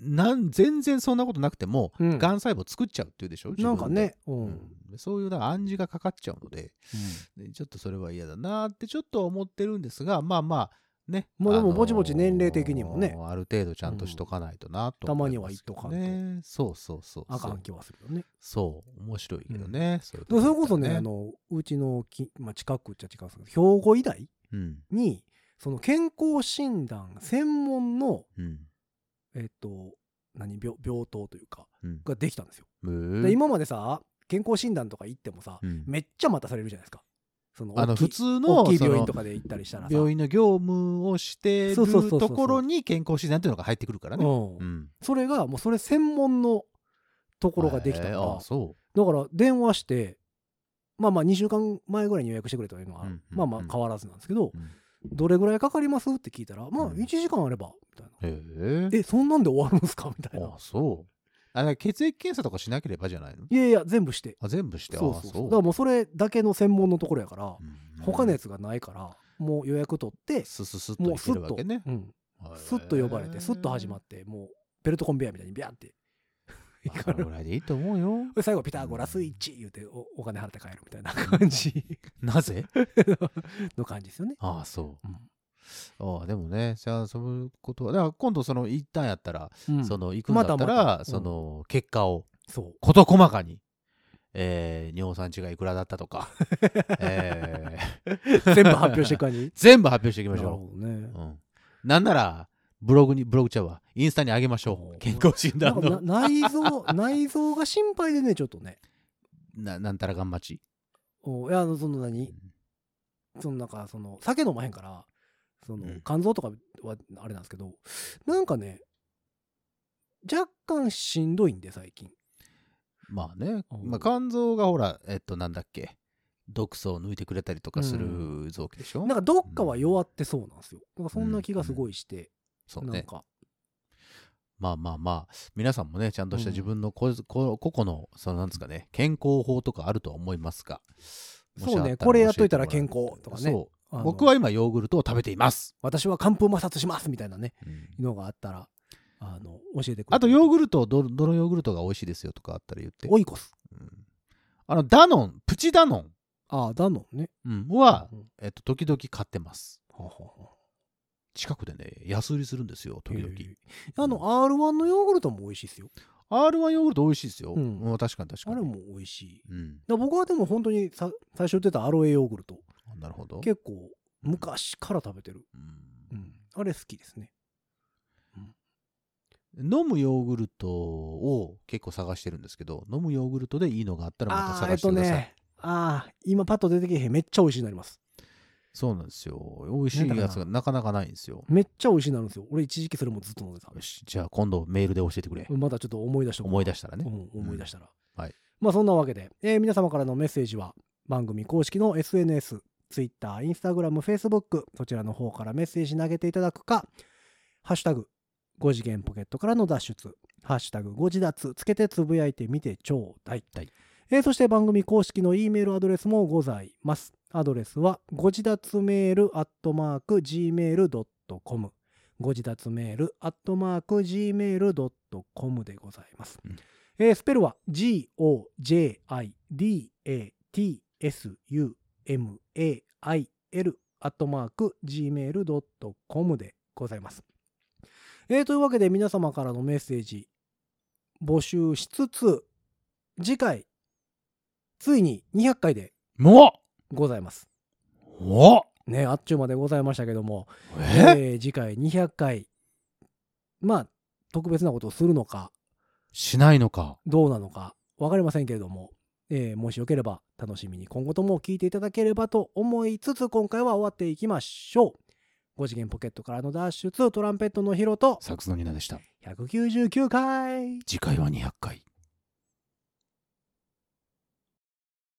Speaker 3: なん全然そんなことなくても、
Speaker 2: うん
Speaker 3: がん細胞作っちゃうっていうでしょ自
Speaker 2: な
Speaker 3: 分
Speaker 2: ん
Speaker 3: で
Speaker 2: かね、うん
Speaker 3: うんそういうなんか暗示がかかっちゃうのででちょっとそれは嫌だなってちょっと思ってるんですがまあまあね
Speaker 2: もうでも
Speaker 3: あのー
Speaker 2: ぼちぼち年齢的にもね
Speaker 3: ある程度ちゃんとしとかないとなと
Speaker 2: たま
Speaker 3: 思
Speaker 2: に
Speaker 3: い
Speaker 2: は
Speaker 3: ま
Speaker 2: 言っ
Speaker 3: す
Speaker 2: と
Speaker 3: け
Speaker 2: か
Speaker 3: ど
Speaker 2: んと
Speaker 3: ね、そうそうそう
Speaker 2: あか
Speaker 3: そ
Speaker 2: ん
Speaker 3: う
Speaker 2: 気はするよね
Speaker 3: そう面白いけどね、そういう
Speaker 2: でもそれこそね
Speaker 3: だったら
Speaker 2: あ、のうちのき、まあ、近くっちゃ近くですけど兵庫医大
Speaker 3: うん
Speaker 2: にその健康診断専門の
Speaker 3: うん
Speaker 2: えっと何病病棟というか
Speaker 3: うん
Speaker 2: ができたんですよ、
Speaker 3: む
Speaker 2: で
Speaker 3: ー
Speaker 2: 今までさ健康診断とか行ってもさ、
Speaker 3: うん
Speaker 2: めっちゃ待たされるじゃないですかその
Speaker 3: あの
Speaker 2: 大きい
Speaker 3: 普通の
Speaker 2: 大きい
Speaker 3: その
Speaker 2: 病院とかで行ったりしたらさ
Speaker 3: 病院の業務をしてる
Speaker 2: そうそうそうそうそう
Speaker 3: ところに健康診断っていうのが入ってくるからね、
Speaker 2: うん
Speaker 3: うん、
Speaker 2: それがもうそれ専門のところができたか
Speaker 3: へ
Speaker 2: ら、
Speaker 3: ーあそう
Speaker 2: だから電話してまあまあ2週間前ぐらいに予約してくれというのは、
Speaker 3: うんうんうん
Speaker 2: まあまあ変わらずなんですけど、
Speaker 3: うん
Speaker 2: どれぐらいかかりますって聞いたらまあ
Speaker 3: うん
Speaker 2: 1時間あればみたいな、
Speaker 3: へー
Speaker 2: えそんなんで終わるんですかみたいな
Speaker 3: あそうあだから血液検査とかしなければじゃないの
Speaker 2: いやいや全部して
Speaker 3: あ全部して
Speaker 2: そう
Speaker 3: あ
Speaker 2: そうそうだからもうそれだけの専門のところやから、
Speaker 3: うん
Speaker 2: 他のやつがないからもう予約取って、
Speaker 3: スススッと
Speaker 2: もう
Speaker 3: い
Speaker 2: ス
Speaker 3: ける
Speaker 2: ッ
Speaker 3: わ
Speaker 2: と、
Speaker 3: けね
Speaker 2: うん、スッと呼ばれてスッと始ま
Speaker 3: っ
Speaker 2: ってもうベルトコンベヤーみたいにビャーって
Speaker 3: てこれぐらいでいいと思 うよ
Speaker 2: で最後ピタゴラスイッチ言うておお金払って帰るみたいな感じ
Speaker 3: なぜ
Speaker 2: の感じですよね。
Speaker 3: ああそう
Speaker 2: うん
Speaker 3: ああでもねじゃあそういうことはだから今度その一旦やったら、
Speaker 2: うん
Speaker 3: その行くんだったら、
Speaker 2: またまたうん
Speaker 3: その結果を
Speaker 2: そう
Speaker 3: 事細かに、えー、尿酸値がいくらだったと か、えー
Speaker 2: 全部発表していく感じ
Speaker 3: 全部発表していきまし
Speaker 2: なる
Speaker 3: ょ
Speaker 2: ほどね
Speaker 3: う、。うん、なんならブログにブログちゃうわインスタに上げましょ
Speaker 2: おー
Speaker 3: う健康診
Speaker 2: なんか
Speaker 3: 断の
Speaker 2: な内臓内臓が心配でねちょっとね。
Speaker 3: ななんたらがんまち
Speaker 2: おいやあのその何そのなんかその酒飲まへんからその
Speaker 3: うん
Speaker 2: 肝臓とかはあれなんですけどなんかね若干しんどいんで最近。
Speaker 3: まあね、
Speaker 2: うん
Speaker 3: まあ、肝臓がほらえっとなんだっけ毒素を抜いてくれたりとかする臓器でしょ、
Speaker 2: なんかどっかは弱ってそうなんですよ。なんかそんな気がすごいして、
Speaker 3: そう
Speaker 2: なん
Speaker 3: ね
Speaker 2: か
Speaker 3: まあまあまあ皆さんもねちゃんとした自分のこ、こ個々のそのなんですかね健康法とかあるとは思いますがもし
Speaker 2: そう
Speaker 3: あ
Speaker 2: ね
Speaker 3: ったら
Speaker 2: これやっといた
Speaker 3: 教
Speaker 2: ら
Speaker 3: えても
Speaker 2: 健
Speaker 3: え
Speaker 2: 康とかね。
Speaker 3: そう
Speaker 2: あの
Speaker 3: 僕は今ヨーグルトを食べています、
Speaker 2: 私は寒風摩擦しますみたいなねのがあったらあの教えてくれ
Speaker 3: あとヨーグルトどどのヨーグルトが美味しいですよとかあったら言って、
Speaker 2: オイコス
Speaker 3: うんあのダノンプチダノ
Speaker 2: ああだのね
Speaker 3: ン、うんは、
Speaker 2: うん
Speaker 3: えっと、時々買ってます
Speaker 2: ははは
Speaker 3: 近くでね安売りするんですよ時々、
Speaker 2: へえあの R1 のヨーグルトも美味しいですよ
Speaker 3: R1 ヨーグルト美味しいですよ、
Speaker 2: うん
Speaker 3: うん確かに確か
Speaker 2: あ
Speaker 3: に
Speaker 2: れも美味しい
Speaker 3: うん、
Speaker 2: だから僕はでも本当にさ最初言ってたアロエヨーグルト
Speaker 3: あなるほど、
Speaker 2: 結構昔から食べてる、
Speaker 3: うん
Speaker 2: うん、あれ好きですね
Speaker 3: 飲むヨーグルトを結構探してるんですけど飲むヨーグルトでいいのがあったらまた
Speaker 2: ーえ
Speaker 3: 探
Speaker 2: っ
Speaker 3: して
Speaker 2: と
Speaker 3: ください、
Speaker 2: ねああ今パッと出てけへんめっちゃ美味しいになります
Speaker 3: そうなんですよ美味しいやつがなかなかないんですよ
Speaker 2: めっちゃ美味しいになるんですよ俺一時期それもずっと飲んでた
Speaker 3: よしじゃあ今度メールで教えてくれ、
Speaker 2: まだちょっと思い出して
Speaker 3: 思い出したらね、
Speaker 2: うん思い出したら、
Speaker 3: うんはい
Speaker 2: まあそんなわけで、えー皆様からのメッセージは番組公式の SNS ツイッター、インスタグラム、フェイスブック、そちらの方からメッセージ投げていただくか、ハッシュタグ、5次元ポケットからの脱出、ハッシュタグ、5次脱、つけてつぶやいてみてちょうだい。
Speaker 3: はい
Speaker 2: えーそして番組公式の E メールアドレスもございます。アドレスは、5次脱メール、アットマーク、gmail.com。ご自立メール、アットマーク、gmail.com でございます。
Speaker 3: うん
Speaker 2: えースペルは g-o-j-i-d-a-t-s-u-m-a-i-l アットマーク gmail.com でございます。えーというわけで皆様からのメッセージ募集しつつ次回ついに200回で
Speaker 3: も
Speaker 2: ございます。
Speaker 3: うお
Speaker 2: ねあっちゅうまでございましたけども、
Speaker 3: え
Speaker 2: えー次回200回まあ特別なことをするのか
Speaker 3: しないのか。
Speaker 2: どうなのか分かりませんけれども、えーもしよければ楽しみに今後とも聞いていただければと思いつつ今回は終わっていきましょう5次元ポケットからの脱出トランペットのヒロと
Speaker 3: サックスのニナでした。
Speaker 2: 199回
Speaker 3: 次回は200回。